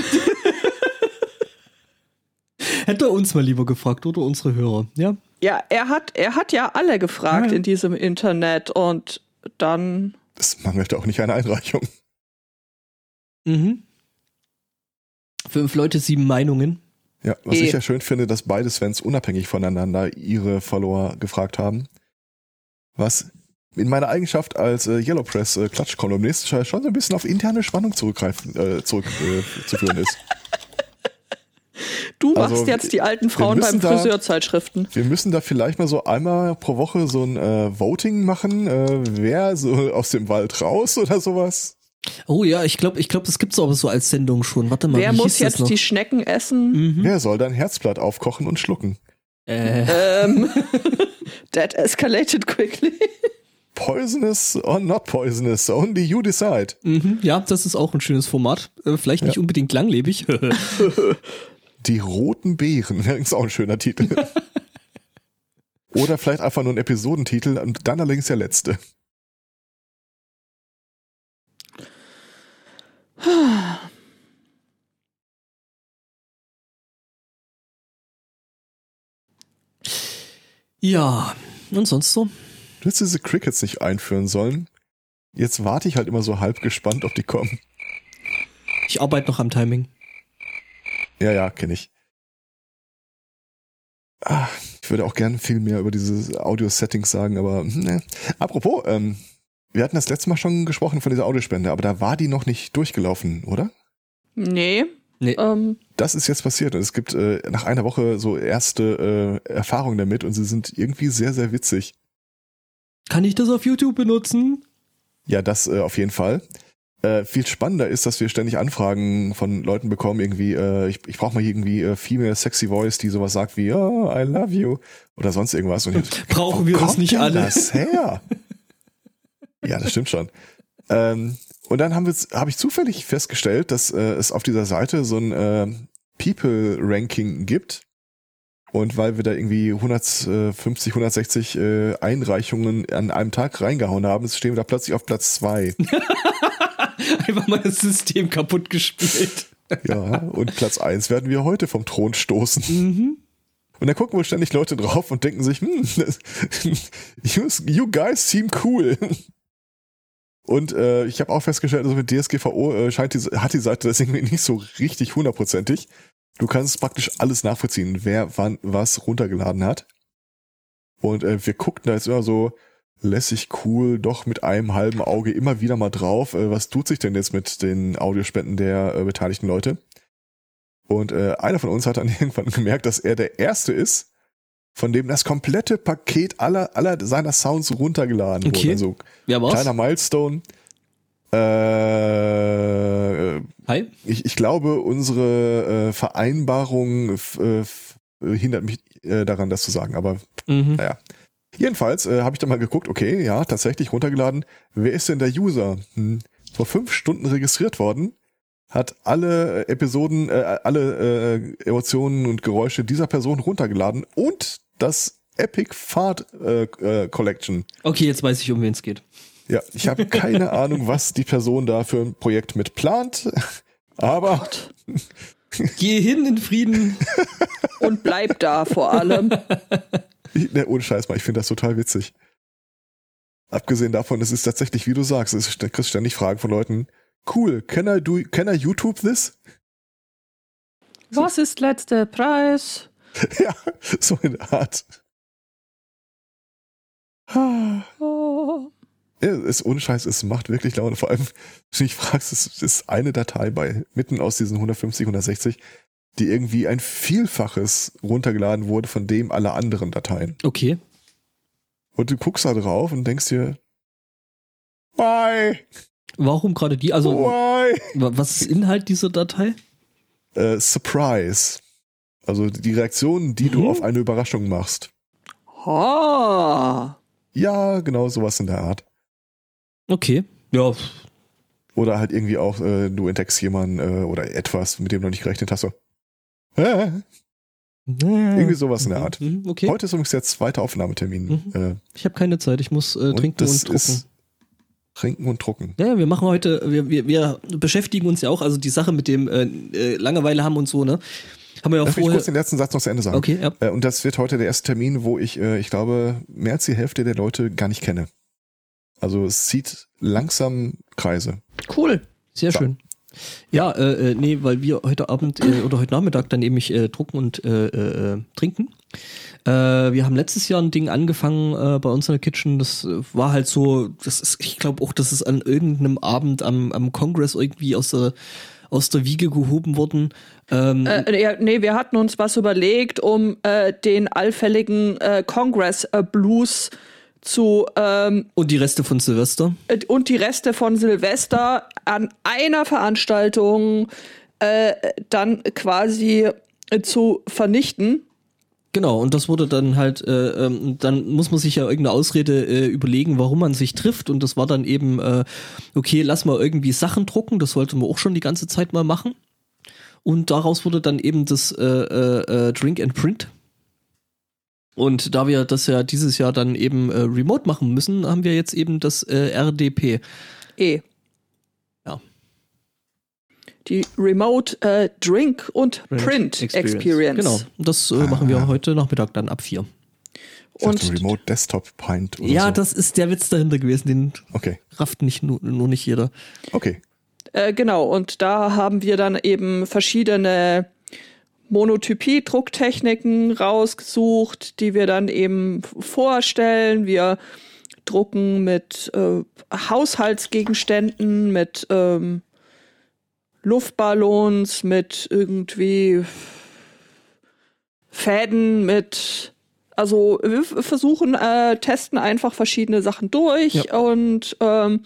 Speaker 3: Hätte er uns mal lieber gefragt oder unsere Hörer, ja?
Speaker 4: Ja, er hat, er hat ja alle gefragt
Speaker 3: Ah, ja.
Speaker 4: in diesem Internet und dann.
Speaker 2: Das mangelt auch nicht an Einreichung.
Speaker 3: Mhm. Fünf Leute, sieben Meinungen.
Speaker 2: Ja, was
Speaker 4: Eh.
Speaker 2: ich ja schön finde, dass beide Svens unabhängig voneinander ihre Follower gefragt haben. Was in meiner Eigenschaft als äh, Yellow Press äh, Klatschkolumnist schon so ein bisschen auf interne Spannung zurückgreifen, äh, zurückzuführen äh, zu führen ist.
Speaker 4: Du machst
Speaker 2: Also,
Speaker 4: jetzt die alten
Speaker 2: wir
Speaker 4: Frauen beim
Speaker 2: müssen da-
Speaker 4: Friseurzeitschriften.
Speaker 2: Wir müssen da vielleicht mal so einmal pro Woche so ein äh, Voting machen, äh, wer so aus dem Wald raus oder sowas.
Speaker 3: Oh ja, ich glaube, ich glaube, das gibt's aber so als Sendung schon. Warte mal,
Speaker 4: Wer
Speaker 3: wie
Speaker 4: muss
Speaker 3: hieß das
Speaker 4: jetzt
Speaker 3: noch?
Speaker 4: die Schnecken essen?
Speaker 3: Mhm.
Speaker 2: Wer soll dein Herzblatt aufkochen und schlucken?
Speaker 3: Äh,
Speaker 4: Ähm, that escalated quickly. [LAUGHS]
Speaker 2: Poisonous or not poisonous, only you decide.
Speaker 3: mhm. Ja, das ist auch ein schönes Format. Äh, vielleicht nicht unbedingt langlebig. [LAUGHS]
Speaker 2: Die roten Beeren, [LAUGHS] ist auch ein schöner
Speaker 3: [LAUGHS]
Speaker 2: Titel. Oder vielleicht einfach nur ein Episodentitel und dann allerdings der letzte.
Speaker 3: ja, und sonst so?
Speaker 2: Du hättest diese Crickets nicht einführen sollen. Jetzt warte ich halt immer so halb gespannt, ob die kommen.
Speaker 3: Ich arbeite noch am Timing.
Speaker 2: Ja, ja, kenne ich. Ah, ich würde auch gern viel mehr über diese Audio-Settings sagen, aber hm, ne. Apropos, ähm, wir hatten das letzte Mal schon gesprochen von dieser Audiospende, aber da war die noch nicht durchgelaufen, oder?
Speaker 4: Nee.
Speaker 3: Nee.
Speaker 4: Ähm,
Speaker 2: Das ist jetzt passiert und es gibt äh, nach einer Woche so erste äh, Erfahrungen damit und sie sind irgendwie sehr, sehr witzig.
Speaker 3: Kann ich das auf YouTube benutzen?
Speaker 2: Ja, das äh, auf jeden Fall. Äh, viel spannender ist, dass wir ständig Anfragen von Leuten bekommen, irgendwie, äh, ich, ich brauche mal irgendwie äh, Female Sexy Voice, die sowas sagt wie, oh, I love you oder sonst irgendwas. Und ich,
Speaker 3: Brauchen
Speaker 2: wo
Speaker 3: wir das
Speaker 2: kommt
Speaker 3: nicht
Speaker 2: denn
Speaker 3: alle?
Speaker 2: Das her? ja, das stimmt schon. Ähm, und dann haben wir habe ich zufällig festgestellt, dass äh, es auf dieser Seite so ein äh, People-Ranking gibt. Und weil wir da irgendwie 150, 160 äh, Einreichungen an einem Tag reingehauen haben, stehen wir da plötzlich auf Platz
Speaker 3: [LAUGHS]
Speaker 2: zwei.
Speaker 3: [LAUGHS] Einfach mal das System kaputt gespielt.
Speaker 2: ja, und Platz eins werden wir heute vom Thron stoßen.
Speaker 3: Mhm.
Speaker 2: Und da gucken wohl ständig Leute drauf und denken sich, hm, [LAUGHS] das- you, you guys seem cool. Und äh, ich habe auch festgestellt, also mit DSGVO äh, scheint die, hat die Seite das irgendwie [LAUGHS] nicht so richtig hundertprozentig. Du kannst praktisch alles nachvollziehen, wer wann was runtergeladen hat. Und äh, wir guckten da jetzt immer so lässig cool, doch mit einem halben Auge immer wieder mal drauf, äh, was tut sich denn jetzt mit den Audiospenden der äh, beteiligten Leute. Und äh, einer von uns hat dann [LAUGHS] irgendwann gemerkt, dass er der Erste ist, von dem das komplette Paket aller, aller seiner Sounds runtergeladen
Speaker 3: Okay.
Speaker 2: wurde. Also
Speaker 3: Wer war's?
Speaker 2: kleiner Milestone. Äh,
Speaker 3: Hi.
Speaker 2: ich, ich glaube, unsere äh, Vereinbarung f- äh, f- äh, hindert mich äh, daran, das zu sagen. Aber
Speaker 3: Mhm.
Speaker 2: jedenfalls äh, habe ich dann mal geguckt, okay, ja, tatsächlich runtergeladen. Wer ist denn der User? Hm. Vor fünf Stunden registriert worden, hat alle äh, Episoden, äh, alle äh, Emotionen und Geräusche dieser Person runtergeladen und das Epic Fahrt äh, äh, Collection.
Speaker 3: Okay, jetzt weiß ich, um wen es geht.
Speaker 2: Ja, ich habe keine Ahnung, was die Person da für ein Projekt mit plant, aber
Speaker 3: Geh hin in Frieden.
Speaker 4: und bleib da vor
Speaker 3: [LAUGHS]
Speaker 4: allem.
Speaker 2: Ich, ne, ohne Scheiß mal, ich finde das total witzig. Abgesehen davon, es ist tatsächlich, wie du sagst, es ist, du kriegst ständig Fragen von Leuten. Cool, can I do, can I YouTube this? [LAUGHS]
Speaker 4: Was ist letzter Preis?
Speaker 2: ja, so in der Art. Ah.
Speaker 4: Oh.
Speaker 2: Ja, es ist ohne Scheiß, es macht wirklich Laune. Vor allem, wenn ich fragst, es ist eine Datei bei, mitten aus diesen 150, 160, die irgendwie ein Vielfaches runtergeladen wurde von dem aller anderen Dateien.
Speaker 3: Okay.
Speaker 2: Und du guckst da drauf und denkst dir, why?
Speaker 3: Warum gerade die? Also,
Speaker 2: why?
Speaker 3: wa- was ist Inhalt dieser Datei?
Speaker 2: Äh, surprise. Also die Reaktion, die
Speaker 3: Mhm.
Speaker 2: du auf eine Überraschung machst.
Speaker 4: Ha.
Speaker 2: Ja, genau sowas in der Art.
Speaker 3: Okay. Ja.
Speaker 2: Oder halt irgendwie auch, äh, du entdeckst jemanden äh, oder etwas, mit dem du nicht gerechnet hast. So. Hä? Irgendwie sowas in der Art.
Speaker 3: Mhm, Okay.
Speaker 2: Heute ist übrigens der zweite Aufnahmetermin. Äh,
Speaker 3: Ich habe keine Zeit. Ich muss äh, trinken
Speaker 2: das
Speaker 3: und drucken.
Speaker 2: ist Trinken und Drucken.
Speaker 3: Ja, ja, wir machen heute, wir, wir, wir beschäftigen uns ja auch, also die Sache mit dem äh, äh, Langeweile haben und so, ne? Haben wir ja auch
Speaker 2: Darf ich
Speaker 3: vorher.
Speaker 2: kurz den letzten Satz noch zu Ende sagen?
Speaker 3: Okay, ja.
Speaker 2: Äh, Und das wird heute der erste Termin, wo ich, äh, ich glaube, mehr als die Hälfte der Leute gar nicht kenne. Also es zieht langsam Kreise.
Speaker 4: Cool.
Speaker 3: Sehr
Speaker 2: So.
Speaker 3: schön. Ja, äh, äh, nee, weil wir heute Abend äh, oder heute Nachmittag dann eben äh, drucken und äh, äh, äh, trinken. Äh, wir haben letztes Jahr ein Ding angefangen äh, bei uns in der Kitchen. Das äh, war halt so, das ist, ich glaube auch, das ist an irgendeinem Abend am, am Kongress irgendwie aus der, aus der Wiege gehoben worden. Ähm,
Speaker 4: Äh, ja, nee, wir hatten uns was überlegt, um äh, den allfälligen äh, Congress äh, Blues zu ähm,
Speaker 3: und die Reste von Silvester.
Speaker 4: äh, und die Reste von Silvester an einer Veranstaltung äh, dann quasi äh, zu vernichten.
Speaker 3: Genau, und das wurde dann halt, äh, ähm, dann muss man sich ja irgendeine Ausrede äh, überlegen, warum man sich trifft. Und das war dann eben, äh, okay, lass mal irgendwie Sachen drucken, das wollten wir auch schon die ganze Zeit mal machen. Und daraus wurde dann eben das äh, äh, äh, Drink and Print. Und da wir das ja dieses Jahr dann eben äh, remote machen müssen, haben wir jetzt eben das äh, RDP.
Speaker 4: Eh.
Speaker 3: Ja.
Speaker 4: Die Remote äh, Drink und Print Experience.
Speaker 3: Genau, das äh, machen wir heute Nachmittag dann ab vier.
Speaker 2: Ich dachte,
Speaker 4: Und
Speaker 2: Remote Desktop Pint oder
Speaker 3: Ja,
Speaker 2: so.
Speaker 3: das ist der Witz dahinter gewesen, den
Speaker 2: Okay,
Speaker 3: rafft nicht nur, nur nicht jeder.
Speaker 2: okay.
Speaker 4: Äh, genau, und da haben wir dann eben verschiedene Monotypie-Drucktechniken rausgesucht, die wir dann eben vorstellen. Wir drucken mit äh, Haushaltsgegenständen, mit ähm, Luftballons, mit irgendwie Fäden, mit also wir f- versuchen, äh, testen einfach verschiedene Sachen durch
Speaker 3: Ja.
Speaker 4: und ähm,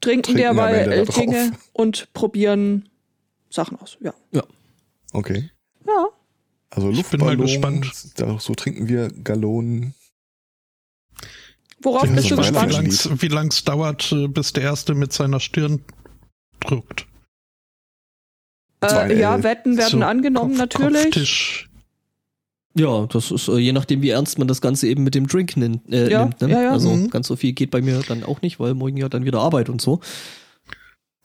Speaker 4: trinken,
Speaker 2: Trinken am
Speaker 4: derweil
Speaker 2: Ende
Speaker 4: äh,
Speaker 2: da drauf.
Speaker 4: Dinge und probieren Sachen aus. Ja.
Speaker 2: Okay.
Speaker 4: Ja.
Speaker 2: Also
Speaker 1: Ich bin mal
Speaker 2: Luftballon,
Speaker 1: gespannt.
Speaker 2: da- so trinken wir Gallonen.
Speaker 4: Worauf
Speaker 2: Ja,
Speaker 4: bist
Speaker 2: so
Speaker 4: du
Speaker 2: ein
Speaker 1: Wie
Speaker 2: Weihnachtslied.
Speaker 4: gespannt?
Speaker 1: lang's, wie lang's dauert, äh, bis der Erste mit seiner Stirn drückt?
Speaker 4: Äh,
Speaker 2: Weil,
Speaker 4: ja,
Speaker 2: äh,
Speaker 4: Wetten werden
Speaker 1: So,
Speaker 4: angenommen
Speaker 1: Kopf-
Speaker 4: natürlich.
Speaker 1: Kopftisch.
Speaker 3: Ja, das ist äh, je nachdem, wie ernst man das Ganze eben mit dem Drink nimmt. Äh,
Speaker 4: Ja,
Speaker 3: nimmt ne?
Speaker 4: ja, ja.
Speaker 3: Also
Speaker 1: Mhm.
Speaker 3: ganz so viel geht bei mir dann auch nicht, weil morgen ja dann wieder Arbeit und so.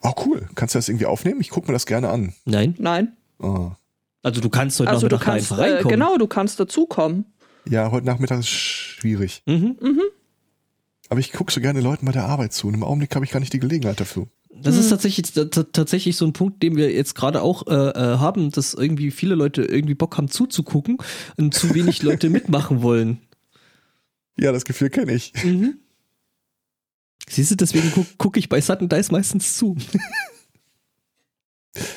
Speaker 2: Oh, cool. Kannst du das irgendwie aufnehmen? Ich gucke mir das gerne an.
Speaker 3: Nein,
Speaker 4: Nein.
Speaker 2: Ah.
Speaker 3: also du kannst heute
Speaker 4: Also du
Speaker 3: Nachmittag da
Speaker 4: kannst
Speaker 3: einfach
Speaker 4: äh,
Speaker 3: reinkommen.
Speaker 4: genau, du kannst dazukommen.
Speaker 2: Ja, heute Nachmittag ist schwierig.
Speaker 3: Mhm.
Speaker 2: Aber ich gucke so gerne Leuten bei der Arbeit zu. Und im Augenblick habe ich gar nicht die Gelegenheit dafür.
Speaker 3: Das
Speaker 4: Mhm.
Speaker 3: ist tatsächlich, t- t- tatsächlich so ein Punkt, den wir jetzt gerade auch äh, äh, haben, dass irgendwie viele Leute irgendwie Bock haben zuzugucken und zu
Speaker 4: [LAUGHS]
Speaker 3: wenig Leute mitmachen wollen.
Speaker 2: Ja, das Gefühl kenne ich.
Speaker 3: Mhm. Siehst du, deswegen gucke guck ich bei Sutton Dice meistens zu.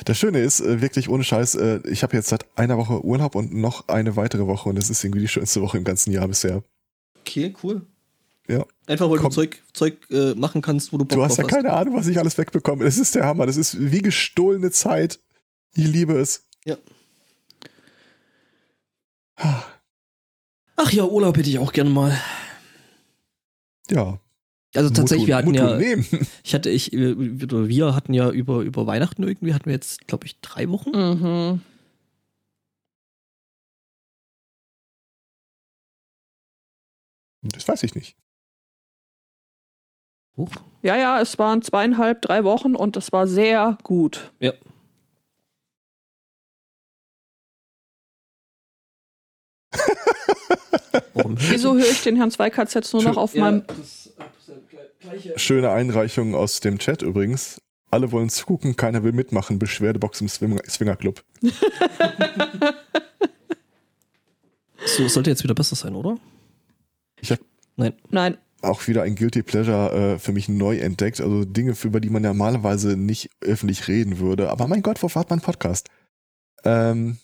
Speaker 2: Das Schöne ist, äh, wirklich ohne Scheiß, äh, ich habe jetzt seit einer Woche Urlaub und noch eine weitere Woche und es ist irgendwie die schönste Woche im ganzen Jahr bisher.
Speaker 3: Okay, cool.
Speaker 2: Ja.
Speaker 3: Einfach weil
Speaker 2: Komm.
Speaker 3: du Zeug, Zeug äh, machen kannst, wo du Bock
Speaker 2: Du hast ja
Speaker 3: drauf
Speaker 2: keine Ahnung, was ich alles wegbekomme. Das ist der Hammer. Das ist wie gestohlene Zeit. Ich liebe es.
Speaker 3: Ach ja, Urlaub hätte ich auch gerne mal.
Speaker 2: Ja.
Speaker 3: Also tatsächlich, wir hatten
Speaker 2: Mut tun,
Speaker 3: ja,
Speaker 2: Mut tun, nehmen.
Speaker 3: ich hatte ich, äh, oder wir hatten ja über, über Weihnachten irgendwie, hatten wir jetzt, glaube ich, drei Wochen.
Speaker 4: Mhm.
Speaker 2: Das weiß ich nicht.
Speaker 3: Hoch.
Speaker 4: Ja, ja, es waren zweieinhalb, drei Wochen und das war sehr gut.
Speaker 3: Warum?
Speaker 4: Wieso höre ich den Herrn Zweikatz jetzt nur noch auf meinem.
Speaker 2: Schöne Einreichung aus dem Chat übrigens. Alle wollen zugucken, keiner will mitmachen. Beschwerdebox im Swing- Swingerclub.
Speaker 3: So, es sollte jetzt wieder besser sein, oder?
Speaker 4: Nein.
Speaker 2: Auch wieder ein Guilty Pleasure äh, für mich neu entdeckt. Also Dinge, über die man ja normalerweise nicht öffentlich reden würde. Aber mein Gott, wovor hat man einen Podcast? Ähm,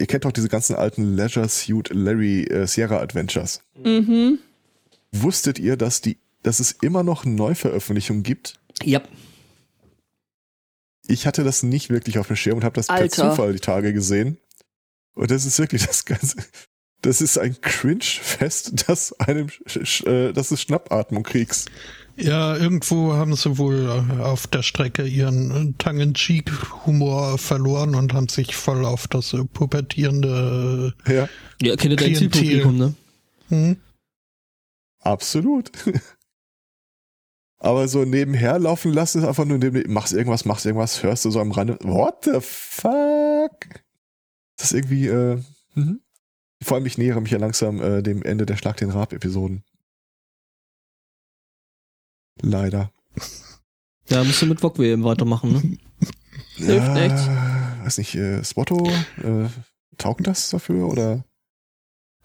Speaker 2: ihr kennt doch diese ganzen alten Leisure Suit Larry äh, Sierra Adventures.
Speaker 4: Mhm.
Speaker 2: Wusstet ihr, dass, die, dass es immer noch Neuveröffentlichungen gibt?
Speaker 3: Ja.
Speaker 2: Ich hatte das nicht wirklich auf dem Schirm und habe das
Speaker 4: Alter.
Speaker 2: per Zufall die Tage gesehen. Und das ist wirklich das Ganze. Das ist ein Cringe-Fest, [LAUGHS] dass, einem, sch- sch- äh, dass du Schnappatmung kriegst.
Speaker 1: Ja, irgendwo haben sie wohl äh, auf der Strecke ihren Tongue-in-Cheek-Humor verloren und haben sich voll auf das äh, pubertierende.
Speaker 2: Ja,
Speaker 3: Ja, kennt ihr dein
Speaker 1: Klientel.
Speaker 3: Zielpublikum, ne?
Speaker 1: Hm?
Speaker 2: absolut. Aber so nebenher laufen lassen ist einfach nur, neben, machst irgendwas, machst irgendwas, hörst du so am Rande. What the fuck? Das ist irgendwie, äh, mhm. vor allem ich nähere mich ja langsam äh, dem Ende der Schlag den Rab-Episoden. Leider.
Speaker 3: Ja, musst du mit Wok WM weitermachen, ne?
Speaker 2: [LAUGHS]
Speaker 4: Hilft nichts.
Speaker 2: Weiß nicht, äh, Spotto, äh, taugt das dafür oder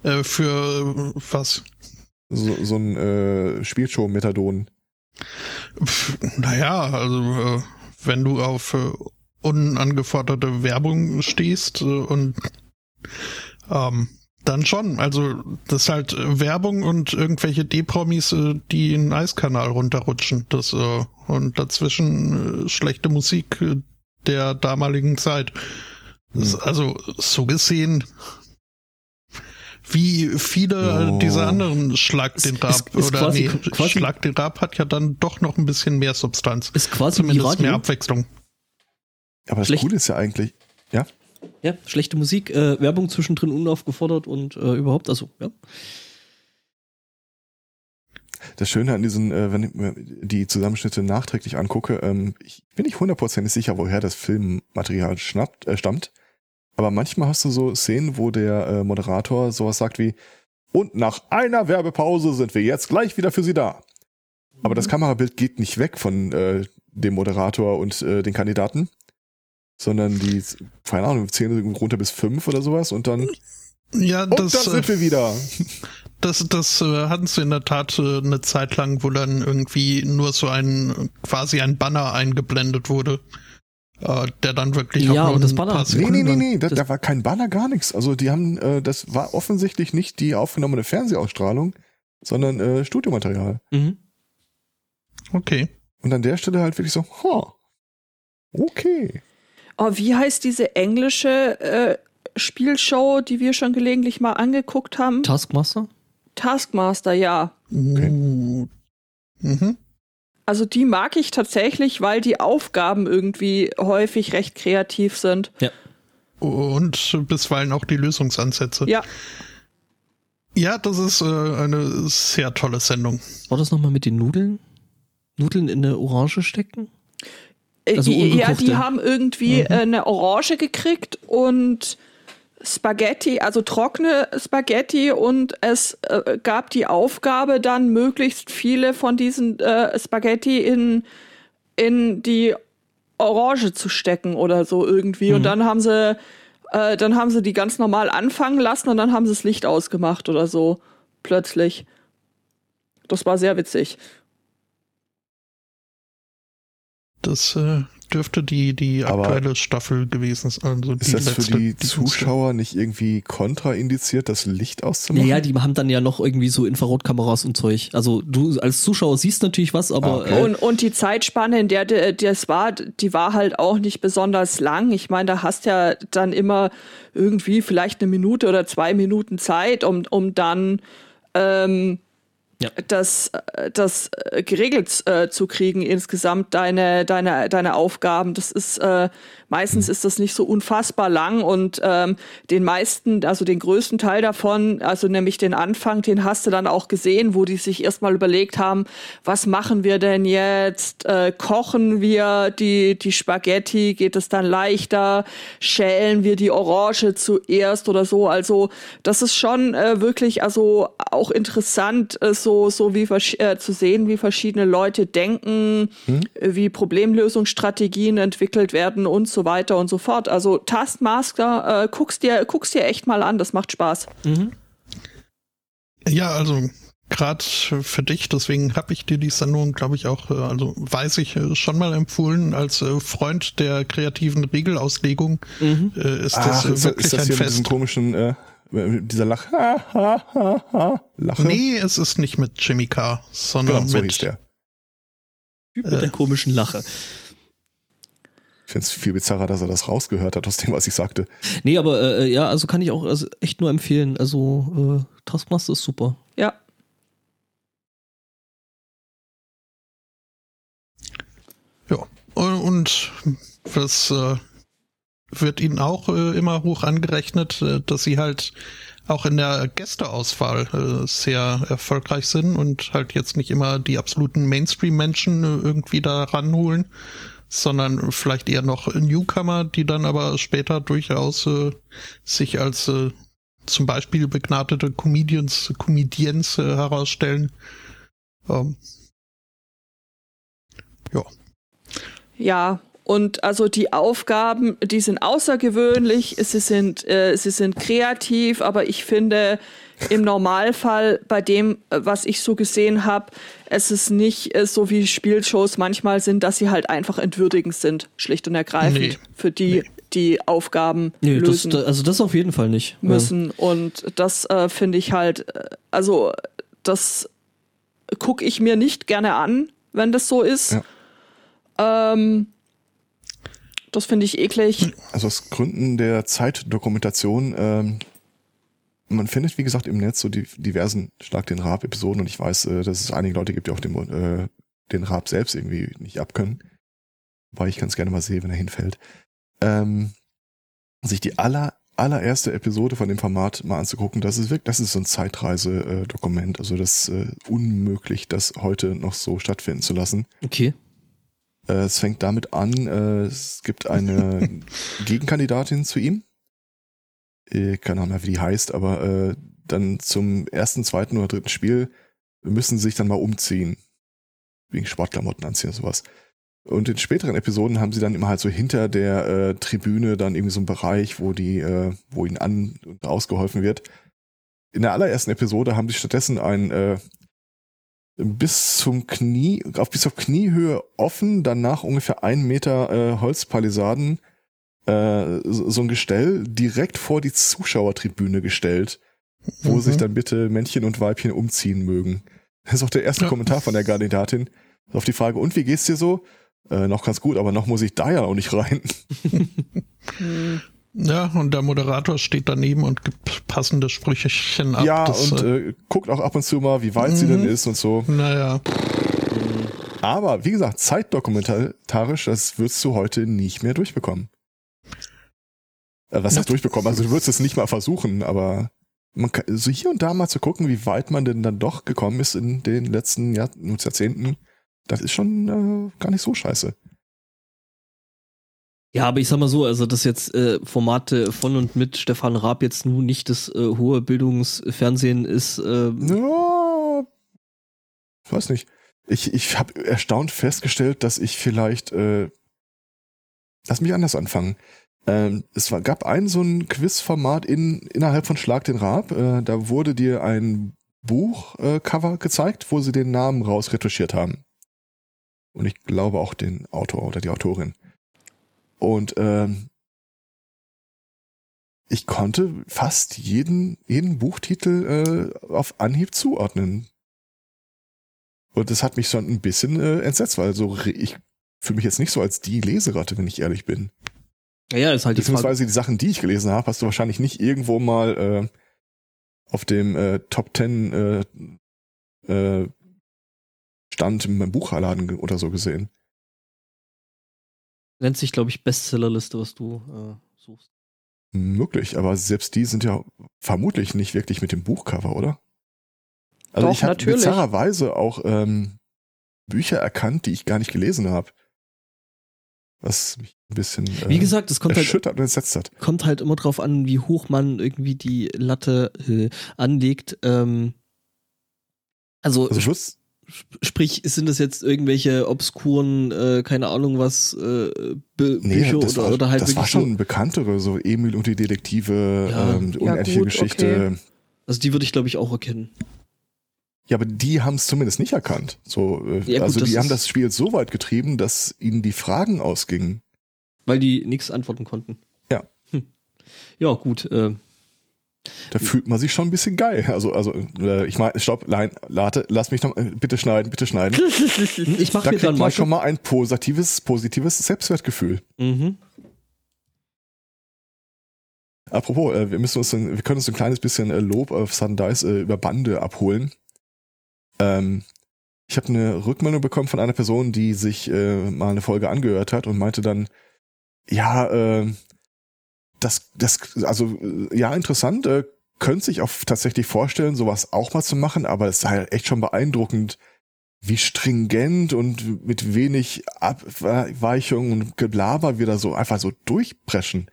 Speaker 1: Äh, für äh, was?
Speaker 2: so, so ein äh, Spielshow-Methadon?
Speaker 1: Pff, naja, also äh, wenn du auf äh, unangeforderte Werbung stehst äh, und ähm, dann schon. Also das ist halt äh, Werbung und irgendwelche D-Promis, äh, die in den Eiskanal runterrutschen. Das, äh, und dazwischen äh, schlechte Musik äh, der damaligen Zeit.
Speaker 3: Mhm.
Speaker 1: Das, ist also so gesehen. Wie viele
Speaker 2: Oh.
Speaker 1: dieser anderen Schlag den
Speaker 3: Ist-
Speaker 1: Rab
Speaker 3: ist- ist
Speaker 1: oder
Speaker 3: quasi-
Speaker 1: nee,
Speaker 3: quasi-
Speaker 1: Schlag den Rab hat ja dann doch noch ein bisschen mehr Substanz.
Speaker 3: Ist quasi wie
Speaker 1: Zumindest mehr
Speaker 3: Radio.
Speaker 1: Abwechslung.
Speaker 2: Aber das
Speaker 3: Schlecht.
Speaker 2: Coole ist ja eigentlich,
Speaker 3: Ja, schlechte Musik, äh, Werbung zwischendrin unaufgefordert und äh, überhaupt, also, ja.
Speaker 2: das Schöne an diesen, äh, wenn ich mir die Zusammenschnitte nachträglich angucke, ähm, ich bin nicht hundertprozentig sicher, woher das Filmmaterial schnappt, äh, stammt. Aber manchmal hast du so Szenen, wo der äh, Moderator sowas sagt wie, und nach einer Werbepause sind wir jetzt gleich wieder für Sie da. Aber
Speaker 1: Mhm.
Speaker 2: das Kamerabild geht nicht weg von äh, dem Moderator und äh, den Kandidaten, sondern die, keine Ahnung, zählen runter bis fünf oder sowas und dann,
Speaker 1: Ja,
Speaker 2: und
Speaker 1: das,
Speaker 2: da sind
Speaker 1: äh,
Speaker 2: wir wieder.
Speaker 1: das, das äh, hatten sie in der Tat äh, eine Zeit lang, wo dann irgendwie nur so ein quasi ein Banner eingeblendet wurde, äh, der dann wirklich
Speaker 3: Ja,
Speaker 1: auch nur
Speaker 3: und das
Speaker 1: ein
Speaker 3: Banner-
Speaker 1: paar
Speaker 2: Nee, nee,
Speaker 1: Sekunden
Speaker 2: nee, nee, da,
Speaker 3: Das-
Speaker 2: da war kein Banner, gar nichts. Also die haben, äh, das war offensichtlich nicht die aufgenommene Fernsehausstrahlung, sondern äh, Studiomaterial.
Speaker 3: Mhm.
Speaker 1: Okay.
Speaker 2: Und an der Stelle halt wirklich so, ha, okay.
Speaker 4: Oh, wie heißt diese englische äh, Spielshow, die wir schon gelegentlich mal angeguckt haben?
Speaker 3: Taskmaster?
Speaker 4: Taskmaster, ja.
Speaker 1: Uh. Mhm.
Speaker 4: Also die mag ich tatsächlich, weil die Aufgaben irgendwie häufig recht kreativ sind.
Speaker 1: Und bisweilen auch die Lösungsansätze.
Speaker 4: Ja.
Speaker 1: Ja, das ist äh, eine sehr tolle Sendung.
Speaker 3: War das nochmal mit den Nudeln? Nudeln in eine Orange stecken?
Speaker 4: Äh,
Speaker 3: Also
Speaker 4: die- ja, die
Speaker 3: ungekochte. Mhm.
Speaker 4: haben irgendwie äh, eine Orange gekriegt und Spaghetti, also trockene Spaghetti und es äh, gab die Aufgabe dann möglichst viele von diesen äh, Spaghetti in, in die Orange zu stecken oder so irgendwie
Speaker 3: Mhm.
Speaker 4: und dann haben sie äh, dann haben sie die ganz normal anfangen lassen und dann haben sie das Licht ausgemacht oder so plötzlich. Das war sehr witzig.
Speaker 1: Das äh, dürfte die, die
Speaker 2: Aber
Speaker 1: aktuelle Staffel gewesen sein. Also
Speaker 2: Ist
Speaker 1: die
Speaker 2: das für
Speaker 1: letzte,
Speaker 2: die
Speaker 1: letzte.
Speaker 2: Zuschauer nicht irgendwie kontraindiziert, das Licht auszumachen?
Speaker 3: Naja, die haben dann ja noch irgendwie so Infrarotkameras und Zeug. Also du als Zuschauer siehst natürlich was, aber
Speaker 2: Ah, okay.
Speaker 3: äh,
Speaker 4: Und, und die Zeitspanne, in der de- das war, die war halt auch nicht besonders lang. Ich meine, da hast ja dann immer irgendwie vielleicht eine Minute oder zwei Minuten Zeit, um, um dann ähm,
Speaker 3: Ja.
Speaker 4: das, äh, das äh, geregelt äh, zu kriegen, insgesamt deine, deine, deine Aufgaben. Das ist äh, meistens ist das nicht so unfassbar lang und ähm, den meisten, also den größten Teil davon, also nämlich den Anfang, den hast du dann auch gesehen, wo die sich erstmal überlegt haben, was machen wir denn jetzt? Äh, kochen wir die, die Spaghetti? Geht es dann leichter? Schälen wir die Orange zuerst oder so? Also, das ist schon äh, wirklich, also auch interessant, äh, so, so wie versch- äh, zu sehen, wie verschiedene Leute denken, äh, wie Problemlösungsstrategien entwickelt werden und so weiter und so fort. Also, Taskmaster, äh, guckst dir, guckst dir echt mal an, das macht Spaß.
Speaker 3: äh, mhm,
Speaker 1: Ja, also gerade für dich, deswegen habe ich dir die Sendung, glaube ich, auch, äh, also weiß ich, äh, schon mal empfohlen. Als äh, Freund der kreativen Regelauslegung
Speaker 3: mhm.
Speaker 1: äh, ist das
Speaker 2: Ach,
Speaker 1: äh,
Speaker 2: ist, das-
Speaker 1: wirklich
Speaker 2: ist das
Speaker 1: ein
Speaker 2: hier mit diesem
Speaker 1: Fest.
Speaker 2: komischen, äh, mit dieser Lach, ha, ha, ha, ha, Lache?
Speaker 1: Nee, es ist nicht mit Jimmy Carr, sondern
Speaker 2: genau, so hieß
Speaker 1: mit
Speaker 2: der.
Speaker 3: Typ mit der komischen Lache.
Speaker 2: finde es viel bizarrer, dass er das rausgehört hat aus dem, was ich sagte.
Speaker 3: Nee, aber äh, ja, also kann ich auch also echt nur empfehlen. Also äh, Taskmaster ist super.
Speaker 4: Ja.
Speaker 1: Ja. Und das äh, wird ihnen auch äh, immer hoch angerechnet, äh, dass sie halt auch in der Gästeauswahl äh, sehr erfolgreich sind und halt jetzt nicht immer die absoluten Mainstream-Menschen äh, irgendwie da ranholen, sondern vielleicht eher noch Newcomer, die dann aber später durchaus äh, sich als äh, zum Beispiel begnadete Comedians, Comedians äh, herausstellen. Ähm, ja.
Speaker 4: Ja, und also die Aufgaben, die sind außergewöhnlich, sie sind, äh, sie sind kreativ, aber ich finde im Normalfall bei dem, äh, was ich so gesehen habe, es ist nicht äh, so wie Spielshows manchmal sind, dass sie halt einfach entwürdigend sind, schlicht und ergreifend
Speaker 1: Nee.
Speaker 4: für die, die Aufgaben
Speaker 3: Nee, das,
Speaker 4: lösen
Speaker 3: da- also das auf jeden Fall nicht. Ja.
Speaker 4: müssen. Und das äh, finde ich halt, äh, also das gucke ich mir nicht gerne an, wenn das so ist. Ähm, das finde ich eklig.
Speaker 2: Also aus Gründen der Zeitdokumentation, ähm, man findet, wie gesagt, im Netz so die diversen Schlag den Raab-Episoden und ich weiß, äh, dass es einige Leute gibt, die auch den, äh, den Raab selbst irgendwie nicht abkönnen. Weil ich ganz gerne mal sehe, wenn er hinfällt. Ähm, sich die aller, allererste Episode von dem Format mal anzugucken, das ist wirklich, das ist so ein Zeitreise-Dokument. Also das äh, unmöglich, das heute noch so stattfinden zu lassen.
Speaker 3: Okay.
Speaker 2: Äh, es fängt damit an, äh, es gibt eine Gegenkandidatin zu ihm. Äh, keine Ahnung mehr, wie die heißt, aber äh, dann zum ersten, zweiten oder dritten Spiel müssen sie sich dann mal umziehen. Wegen Sportklamotten anziehen und sowas. Und in späteren Episoden haben sie dann immer halt so hinter der äh, Tribüne dann irgendwie so einen Bereich, wo die, äh, wo ihnen an und ausgeholfen wird. In der allerersten Episode haben sie stattdessen ein äh, bis zum Knie, auf bis auf Kniehöhe offen, danach ungefähr ein Meter äh, Holzpalisaden, äh, so, so ein Gestell direkt vor die Zuschauertribüne gestellt, wo
Speaker 1: Mhm.
Speaker 2: sich dann bitte Männchen und Weibchen umziehen mögen. Das ist auch der erste
Speaker 1: Ja.
Speaker 2: Kommentar von der Kandidatin auf die Frage, und wie geht's dir so? Äh, noch ganz gut, aber noch muss ich da ja auch nicht rein.
Speaker 4: [LAUGHS] Hm.
Speaker 1: Ja, und der Moderator steht daneben und gibt passende Sprüchechen ab.
Speaker 2: ja,
Speaker 1: das,
Speaker 2: und
Speaker 1: äh,
Speaker 2: äh, guckt auch ab und zu mal, wie weit sie denn
Speaker 1: Mhm.
Speaker 2: ist und so.
Speaker 1: naja,
Speaker 2: Aber wie gesagt, zeitdokumentarisch, das würdest du heute nicht mehr durchbekommen. Äh, Was heißt durchbekommen? Also du würdest es nicht mal versuchen, aber man kann, so hier und da mal zu gucken, wie weit man denn dann doch gekommen ist in den letzten Jahr Jahrzehnten, das ist schon äh, gar nicht so scheiße.
Speaker 3: Ja, aber ich sag mal so, also dass jetzt äh, Formate von und mit Stefan Raab jetzt nun nicht das äh, hohe Bildungsfernsehen ist, äh,
Speaker 2: Ja, ich weiß nicht. Ich, ich habe erstaunt festgestellt, dass ich vielleicht, äh, lass mich anders anfangen. Ähm, es war, gab ein so ein Quizformat in, innerhalb von Schlag den Raab. Äh, da wurde dir ein Buchcover äh, Cover gezeigt, wo sie den Namen rausretuschiert haben. Und ich glaube auch den Autor oder die Autorin. Und ähm, ich konnte fast jeden, jeden Buchtitel äh, auf Anhieb zuordnen. Und das hat mich schon ein bisschen äh, entsetzt, weil so re- ich fühle mich jetzt nicht so als die Leseratte, wenn ich ehrlich bin.
Speaker 3: ja, ist halt die Frage.
Speaker 2: Beziehungsweise die Sachen, die ich gelesen habe, hast du wahrscheinlich nicht irgendwo mal äh, auf dem äh, Top Ten äh, äh, Stand im Buchladen ge- oder so gesehen.
Speaker 3: Nennt sich, glaube ich, Bestsellerliste, was du äh, suchst.
Speaker 2: Möglich, aber selbst die sind ja vermutlich nicht wirklich mit dem Buchcover, oder? Also
Speaker 4: Doch,
Speaker 2: ich habe
Speaker 4: natürlich.
Speaker 2: bizarrerweise auch ähm, Bücher erkannt, die ich gar nicht gelesen habe. Was mich ein bisschen äh,
Speaker 3: Wie gesagt, es kommt halt,
Speaker 2: erschüttert und entsetzt hat.
Speaker 3: kommt halt immer drauf an, wie hoch man irgendwie die Latte äh, anlegt. Ähm, also
Speaker 2: Also Schluss,
Speaker 3: sp- sprich, sind das jetzt irgendwelche obskuren, äh, keine Ahnung was, äh, Bü-
Speaker 2: nee,
Speaker 3: Bücher
Speaker 2: das,
Speaker 3: oder,
Speaker 2: war,
Speaker 3: oder halt
Speaker 2: das war
Speaker 3: wirklich nur-
Speaker 2: schon bekanntere, so Emil und die Detektive,
Speaker 3: Ja.
Speaker 2: ähm, die
Speaker 4: Ja,
Speaker 2: unendliche
Speaker 4: gut,
Speaker 2: Geschichte.
Speaker 3: Also die würde ich, glaube ich, auch erkennen.
Speaker 2: Ja, aber die haben es zumindest nicht erkannt. So, äh,
Speaker 3: Ja, gut,
Speaker 2: also
Speaker 3: das
Speaker 2: die haben
Speaker 3: ist-
Speaker 2: das Spiel so weit getrieben, dass ihnen die Fragen ausgingen.
Speaker 3: Weil die nichts antworten konnten.
Speaker 2: Ja.
Speaker 3: Hm. Ja, gut. Äh,
Speaker 2: Da fühlt man sich schon ein bisschen geil. Also, also äh, ich meine, stopp, nein, late, lass mich noch, äh, bitte schneiden, bitte schneiden.
Speaker 3: Ich mache
Speaker 2: Da
Speaker 3: mir
Speaker 2: kriegt
Speaker 3: dann
Speaker 2: man
Speaker 3: mal
Speaker 2: schon mal ein positives, positives Selbstwertgefühl.
Speaker 3: Mhm.
Speaker 2: Apropos, äh, wir müssen uns, ein- wir können uns ein kleines bisschen äh, Lob auf Sudden Dice äh, über Bande abholen. Ähm, ich habe eine Rückmeldung bekommen von einer Person, die sich äh, mal eine Folge angehört hat und meinte dann, ja, äh, das, das, also äh, ja, interessant, äh, könnte sich auch tatsächlich vorstellen, sowas auch mal zu machen, aber es sei halt echt schon beeindruckend, wie stringent und mit wenig Abweichungen und Geblaber wir da so einfach so durchpreschen.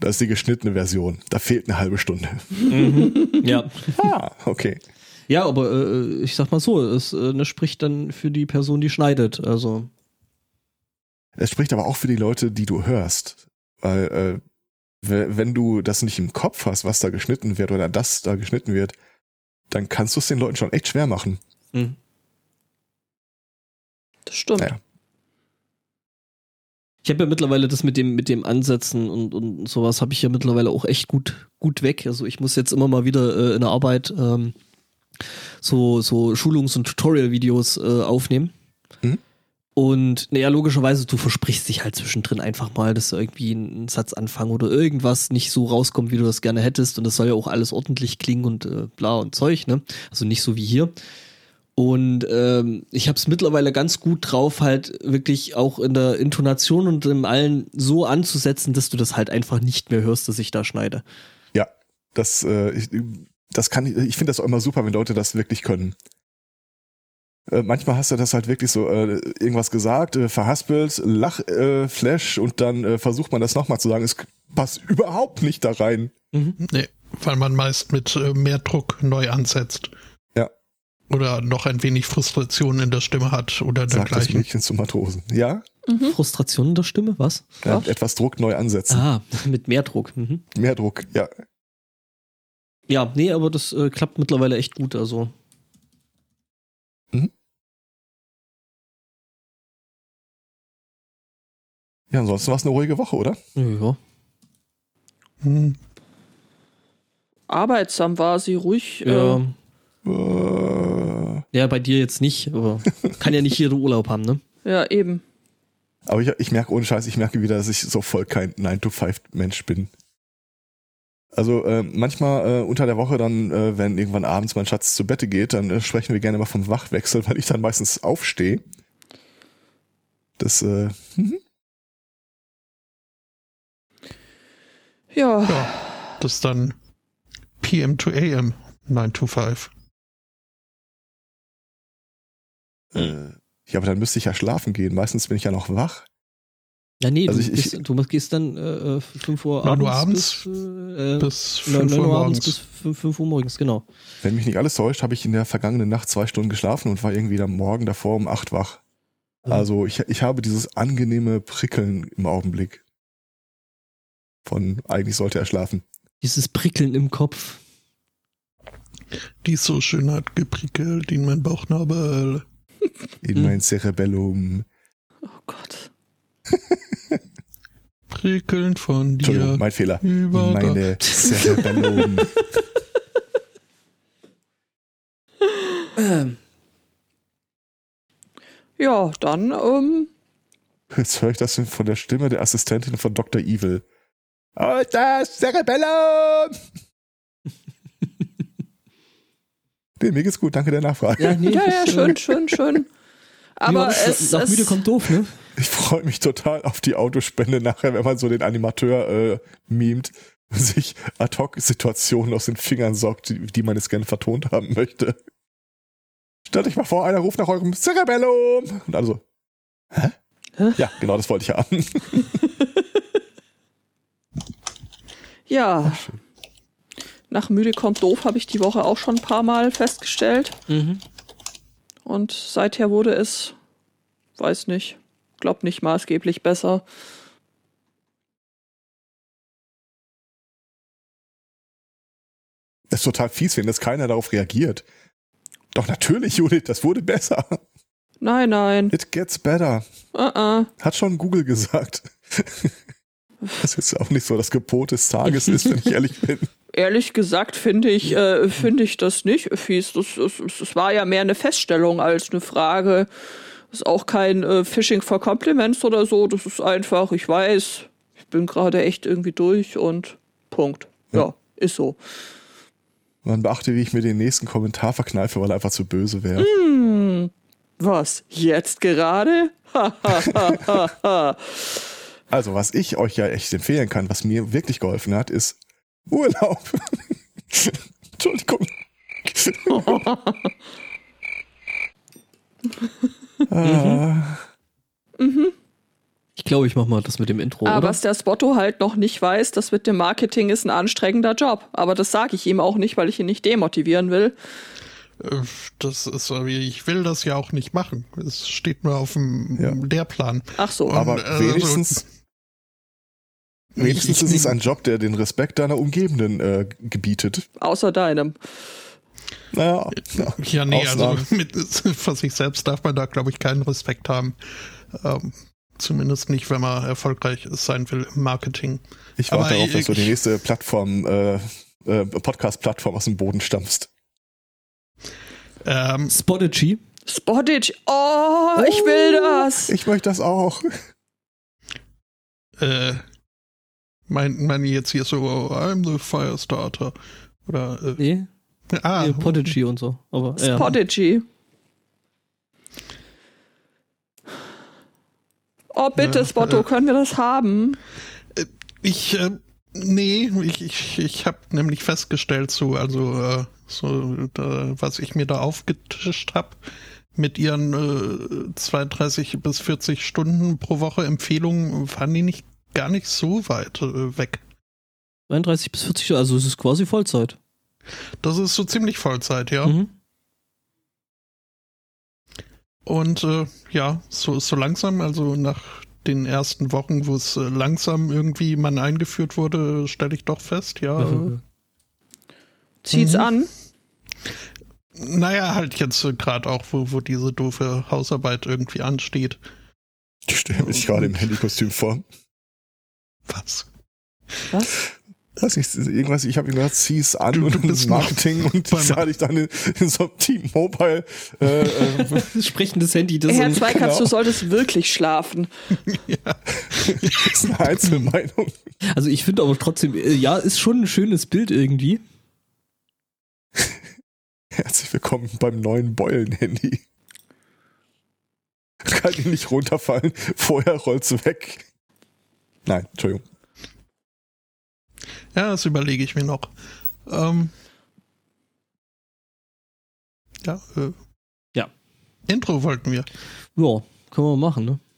Speaker 2: Das ist die geschnittene Version. Da fehlt eine halbe Stunde.
Speaker 3: Mhm. Ja.
Speaker 2: Ah, okay.
Speaker 3: ja, aber äh, ich sag mal so, es äh, ne, spricht dann für die Person, die schneidet. Also
Speaker 2: Es spricht aber auch für die Leute, die du hörst. Weil, äh, we- wenn du das nicht im Kopf hast, was da geschnitten wird oder das da geschnitten wird, dann kannst du es den Leuten schon echt schwer machen.
Speaker 4: Das stimmt.
Speaker 2: Naja.
Speaker 3: ich habe ja mittlerweile das mit dem mit dem Ansetzen und, und sowas habe ich ja mittlerweile auch echt gut gut weg. Also ich muss jetzt immer mal wieder äh, in der Arbeit ähm, so so Schulungs- und Tutorial-Videos äh, aufnehmen.
Speaker 2: Mhm.
Speaker 3: Und naja, logischerweise, du versprichst dich halt zwischendrin einfach mal, dass irgendwie ein ein Satz anfangen oder irgendwas nicht so rauskommt, wie du das gerne hättest. Und das soll ja auch alles ordentlich klingen und äh, bla und Zeug, ne? Also nicht so wie hier. Und ähm, ich habe es mittlerweile ganz gut drauf, halt wirklich auch in der Intonation und im Allen so anzusetzen, dass du das halt einfach nicht mehr hörst, dass ich da schneide.
Speaker 2: Das, äh, ich, das kann ich, ich finde das auch immer super, wenn Leute das wirklich können. Äh, manchmal hast du das halt wirklich so, äh, irgendwas gesagt, äh, verhaspelt, Lach, äh, Flash und dann äh, versucht man das nochmal zu sagen. Es passt überhaupt nicht da rein.
Speaker 3: Mhm.
Speaker 1: Nee, weil man meist mit äh, mehr Druck neu ansetzt.
Speaker 2: Ja.
Speaker 1: Oder noch ein wenig Frustration in der Stimme hat oder
Speaker 2: Sagt das
Speaker 1: dergleichen.
Speaker 2: Mädchen zu Matrosen. Ja?
Speaker 4: Mhm.
Speaker 3: Frustration in der Stimme, was?
Speaker 2: ja
Speaker 4: Was?
Speaker 2: etwas Druck neu ansetzen.
Speaker 3: Ah, [LAUGHS] mit mehr Druck. Mhm.
Speaker 2: Mehr Druck, ja.
Speaker 3: Ja, nee, aber das äh, klappt mittlerweile echt gut. Also
Speaker 2: Ja, ansonsten war es eine ruhige Woche, oder?
Speaker 3: ja,
Speaker 1: Hm,
Speaker 4: Arbeitsam war sie ruhig. Äh,
Speaker 3: ja.
Speaker 2: Äh,
Speaker 3: ja, bei dir jetzt nicht, [LAUGHS] aber kann ja nicht jeder Urlaub haben, ne?
Speaker 4: ja, eben.
Speaker 2: Aber ich, ich merke ohne Scheiß, ich merke wieder, dass ich so voll kein 9-to-5-Mensch bin. Also äh, manchmal äh, unter der Woche dann, äh, wenn irgendwann abends mein Schatz zu Bette geht, dann äh, sprechen wir gerne mal vom Wachwechsel, [LAUGHS] weil ich dann meistens aufstehe. Das, äh,
Speaker 4: Ja.
Speaker 1: ja, das ist dann PM to AM 9 to 5.
Speaker 2: äh, ja, aber dann müsste ich ja schlafen gehen. Meistens bin ich ja noch wach.
Speaker 3: Ja, nee,
Speaker 2: Also
Speaker 3: du,
Speaker 2: ich- ich-
Speaker 3: bist, du gehst dann äh, 5 Uhr
Speaker 1: Neun
Speaker 3: abends.
Speaker 1: Uhr
Speaker 3: Bis, äh, bis
Speaker 1: Bis
Speaker 3: 5
Speaker 1: 5
Speaker 3: Uhr abends bis
Speaker 1: morgens.
Speaker 3: 5 Uhr morgens, genau.
Speaker 2: Wenn mich nicht alles täuscht, habe ich in der vergangenen Nacht zwei Stunden geschlafen und war irgendwie am Morgen davor um acht wach.
Speaker 3: Mhm.
Speaker 2: Also ich, ich habe dieses angenehme Prickeln im Augenblick. Von eigentlich sollte er schlafen.
Speaker 3: Dieses Prickeln im Kopf.
Speaker 1: Die so schön hat geprickelt in mein Bauchnabel.
Speaker 2: In
Speaker 3: Mhm.
Speaker 2: mein Cerebellum.
Speaker 4: Oh Gott.
Speaker 1: Prickeln von
Speaker 2: Entschuldigung,
Speaker 1: dir.
Speaker 2: mein Fehler.
Speaker 1: Über
Speaker 3: [LAUGHS]
Speaker 2: Meine Cerebellum.
Speaker 4: Ja, dann, ähm,
Speaker 2: Jetzt höre ich das von der Stimme der Assistentin von Dr. Evil. Und das
Speaker 3: [LAUGHS]
Speaker 2: Cerebellum! nee, mir geht's gut, danke der Nachfrage.
Speaker 3: nee,
Speaker 4: ja, ja,
Speaker 3: das, äh,
Speaker 4: schön,
Speaker 3: [LAUGHS]
Speaker 4: schön, schön. Aber es,
Speaker 3: nach
Speaker 4: es
Speaker 3: müde kommt doof, ne?
Speaker 2: Ich freue mich total auf die Autospende nachher, wenn man so den Animateur äh, mimt und sich ad hoc Situationen aus den Fingern sorgt, die, die man jetzt gerne vertont haben möchte. Stellt euch mal vor, einer ruft nach eurem Cerebellum. Und also, hä?
Speaker 4: Hä?
Speaker 2: Ja, genau, das wollte ich haben.
Speaker 4: ja. Nach müde kommt doof habe ich die Woche auch schon ein paar Mal festgestellt.
Speaker 3: Mhm.
Speaker 4: Und seither wurde es, weiß nicht, glaub nicht maßgeblich besser.
Speaker 2: Das ist total fies, wenn das keiner darauf reagiert. Doch natürlich, Judith, das wurde besser.
Speaker 4: Nein, nein.
Speaker 2: It gets better.
Speaker 4: Uh -uh.
Speaker 2: Hat schon Google gesagt. Das ist auch nicht so das Gebot des Tages ist, wenn ich ehrlich bin.
Speaker 4: Ehrlich gesagt finde ich, äh, finde ich das nicht fies. Das, das, das war ja mehr eine Feststellung als eine Frage. Das ist auch kein äh, Phishing for Compliments oder so. Das ist einfach, ich weiß, ich bin gerade echt irgendwie durch und Punkt. Ja, ist so.
Speaker 2: Man beachte, wie ich mir den nächsten Kommentar verkneife, weil er einfach zu böse wäre.
Speaker 4: Was? Jetzt gerade? [LAUGHS] Ha, ha, ha, ha, ha.
Speaker 2: Also, was ich euch ja echt empfehlen kann, was mir wirklich geholfen hat, ist Urlaub. [LAUGHS]
Speaker 1: [LAUGHS]
Speaker 2: Entschuldigung.
Speaker 1: Mhm.
Speaker 2: ah,
Speaker 3: Ich glaube, ich mach mal das mit dem Intro,
Speaker 4: Aber
Speaker 3: oder?
Speaker 4: Ah, was der Spotto halt noch nicht weiß, das mit dem Marketing ist ein anstrengender Job. Aber das sage ich ihm auch nicht, weil ich ihn nicht demotivieren will.
Speaker 1: Äh, Das ist so wie, ich will das ja auch nicht machen. Es steht nur auf dem
Speaker 2: Ja.
Speaker 1: Lehrplan.
Speaker 4: Ach so.
Speaker 1: Und,
Speaker 2: aber
Speaker 1: äh,
Speaker 2: wenigstens,
Speaker 1: Ich-
Speaker 2: wenigstens
Speaker 1: ich-
Speaker 2: ist es ein Job, der den Respekt deiner Umgebenden äh, gebietet.
Speaker 4: Außer deinem.
Speaker 2: Naja, ja.
Speaker 1: Ja, nee,
Speaker 2: Ausnahmen.
Speaker 1: also [LAUGHS] mit für sich selbst darf man da, glaube ich, keinen Respekt haben. Ähm, zumindest nicht, wenn man erfolgreich sein will im Marketing.
Speaker 2: ich warte
Speaker 1: aber
Speaker 2: darauf, dass du
Speaker 1: ich-
Speaker 2: die nächste Plattform, äh, äh, Podcast-Plattform aus dem Boden stampfst.
Speaker 1: Ähm,
Speaker 3: Spotigy.
Speaker 4: Spottage. Oh, ich will das.
Speaker 2: Ich möchte das auch.
Speaker 1: äh, meint man jetzt hier so, oh, I'm the Firestarter? Oder, äh,
Speaker 3: Nee,
Speaker 1: ah,
Speaker 3: nee Podigy und so. Aber, ja.
Speaker 4: Spottage. Oh, bitte,
Speaker 1: Ja,
Speaker 4: Spotto,
Speaker 1: äh.
Speaker 4: können wir das haben?
Speaker 1: ich, äh, nee, ich, ich, ich habe nämlich festgestellt, so, also, äh, so, da, was ich mir da aufgetischt habe, mit ihren äh, 32 bis 40 Stunden pro Woche Empfehlungen waren die nicht gar nicht so weit äh, weg.
Speaker 3: 33 bis 40, also es ist quasi Vollzeit.
Speaker 1: Das ist so ziemlich Vollzeit, ja.
Speaker 3: Mhm.
Speaker 1: Und äh, ja, so, so langsam, also nach den ersten Wochen, wo es äh, langsam irgendwie man eingeführt wurde, stelle ich doch fest, ja.
Speaker 3: Mhm.
Speaker 1: Äh,
Speaker 4: Zieht's an.
Speaker 1: naja, halt jetzt äh, gerade auch, wo, wo diese doofe Hausarbeit irgendwie ansteht.
Speaker 2: Ich stelle mich gerade im Handykostüm vor.
Speaker 1: Was?
Speaker 4: Was?
Speaker 2: Weiß nicht, irgendwas, ich habe ihm gesagt, zieh's an
Speaker 1: Du-
Speaker 2: und
Speaker 1: du
Speaker 2: und
Speaker 1: bist
Speaker 2: Marketing und
Speaker 1: beim-
Speaker 2: sah dich dann in, in so einem Team Mobile. Äh,
Speaker 1: [LAUGHS]
Speaker 2: äh,
Speaker 3: [LAUGHS] Sprechendes Handy, das
Speaker 4: Herr
Speaker 3: ist-
Speaker 4: Zweikatz,
Speaker 2: genau.
Speaker 4: du solltest wirklich schlafen.
Speaker 2: ist eine Einzelmeinung.
Speaker 3: Also ich finde aber trotzdem, äh, ja, ist schon ein schönes Bild irgendwie.
Speaker 2: Herzlich willkommen beim neuen Beulen-Handy. Kann ihn nicht runterfallen, vorher rollt's weg. Nein, Entschuldigung.
Speaker 1: Ja, das überlege ich mir noch. Ähm, ja, äh,
Speaker 3: Ja.
Speaker 1: Intro wollten wir.
Speaker 3: Ja, können wir machen, ne?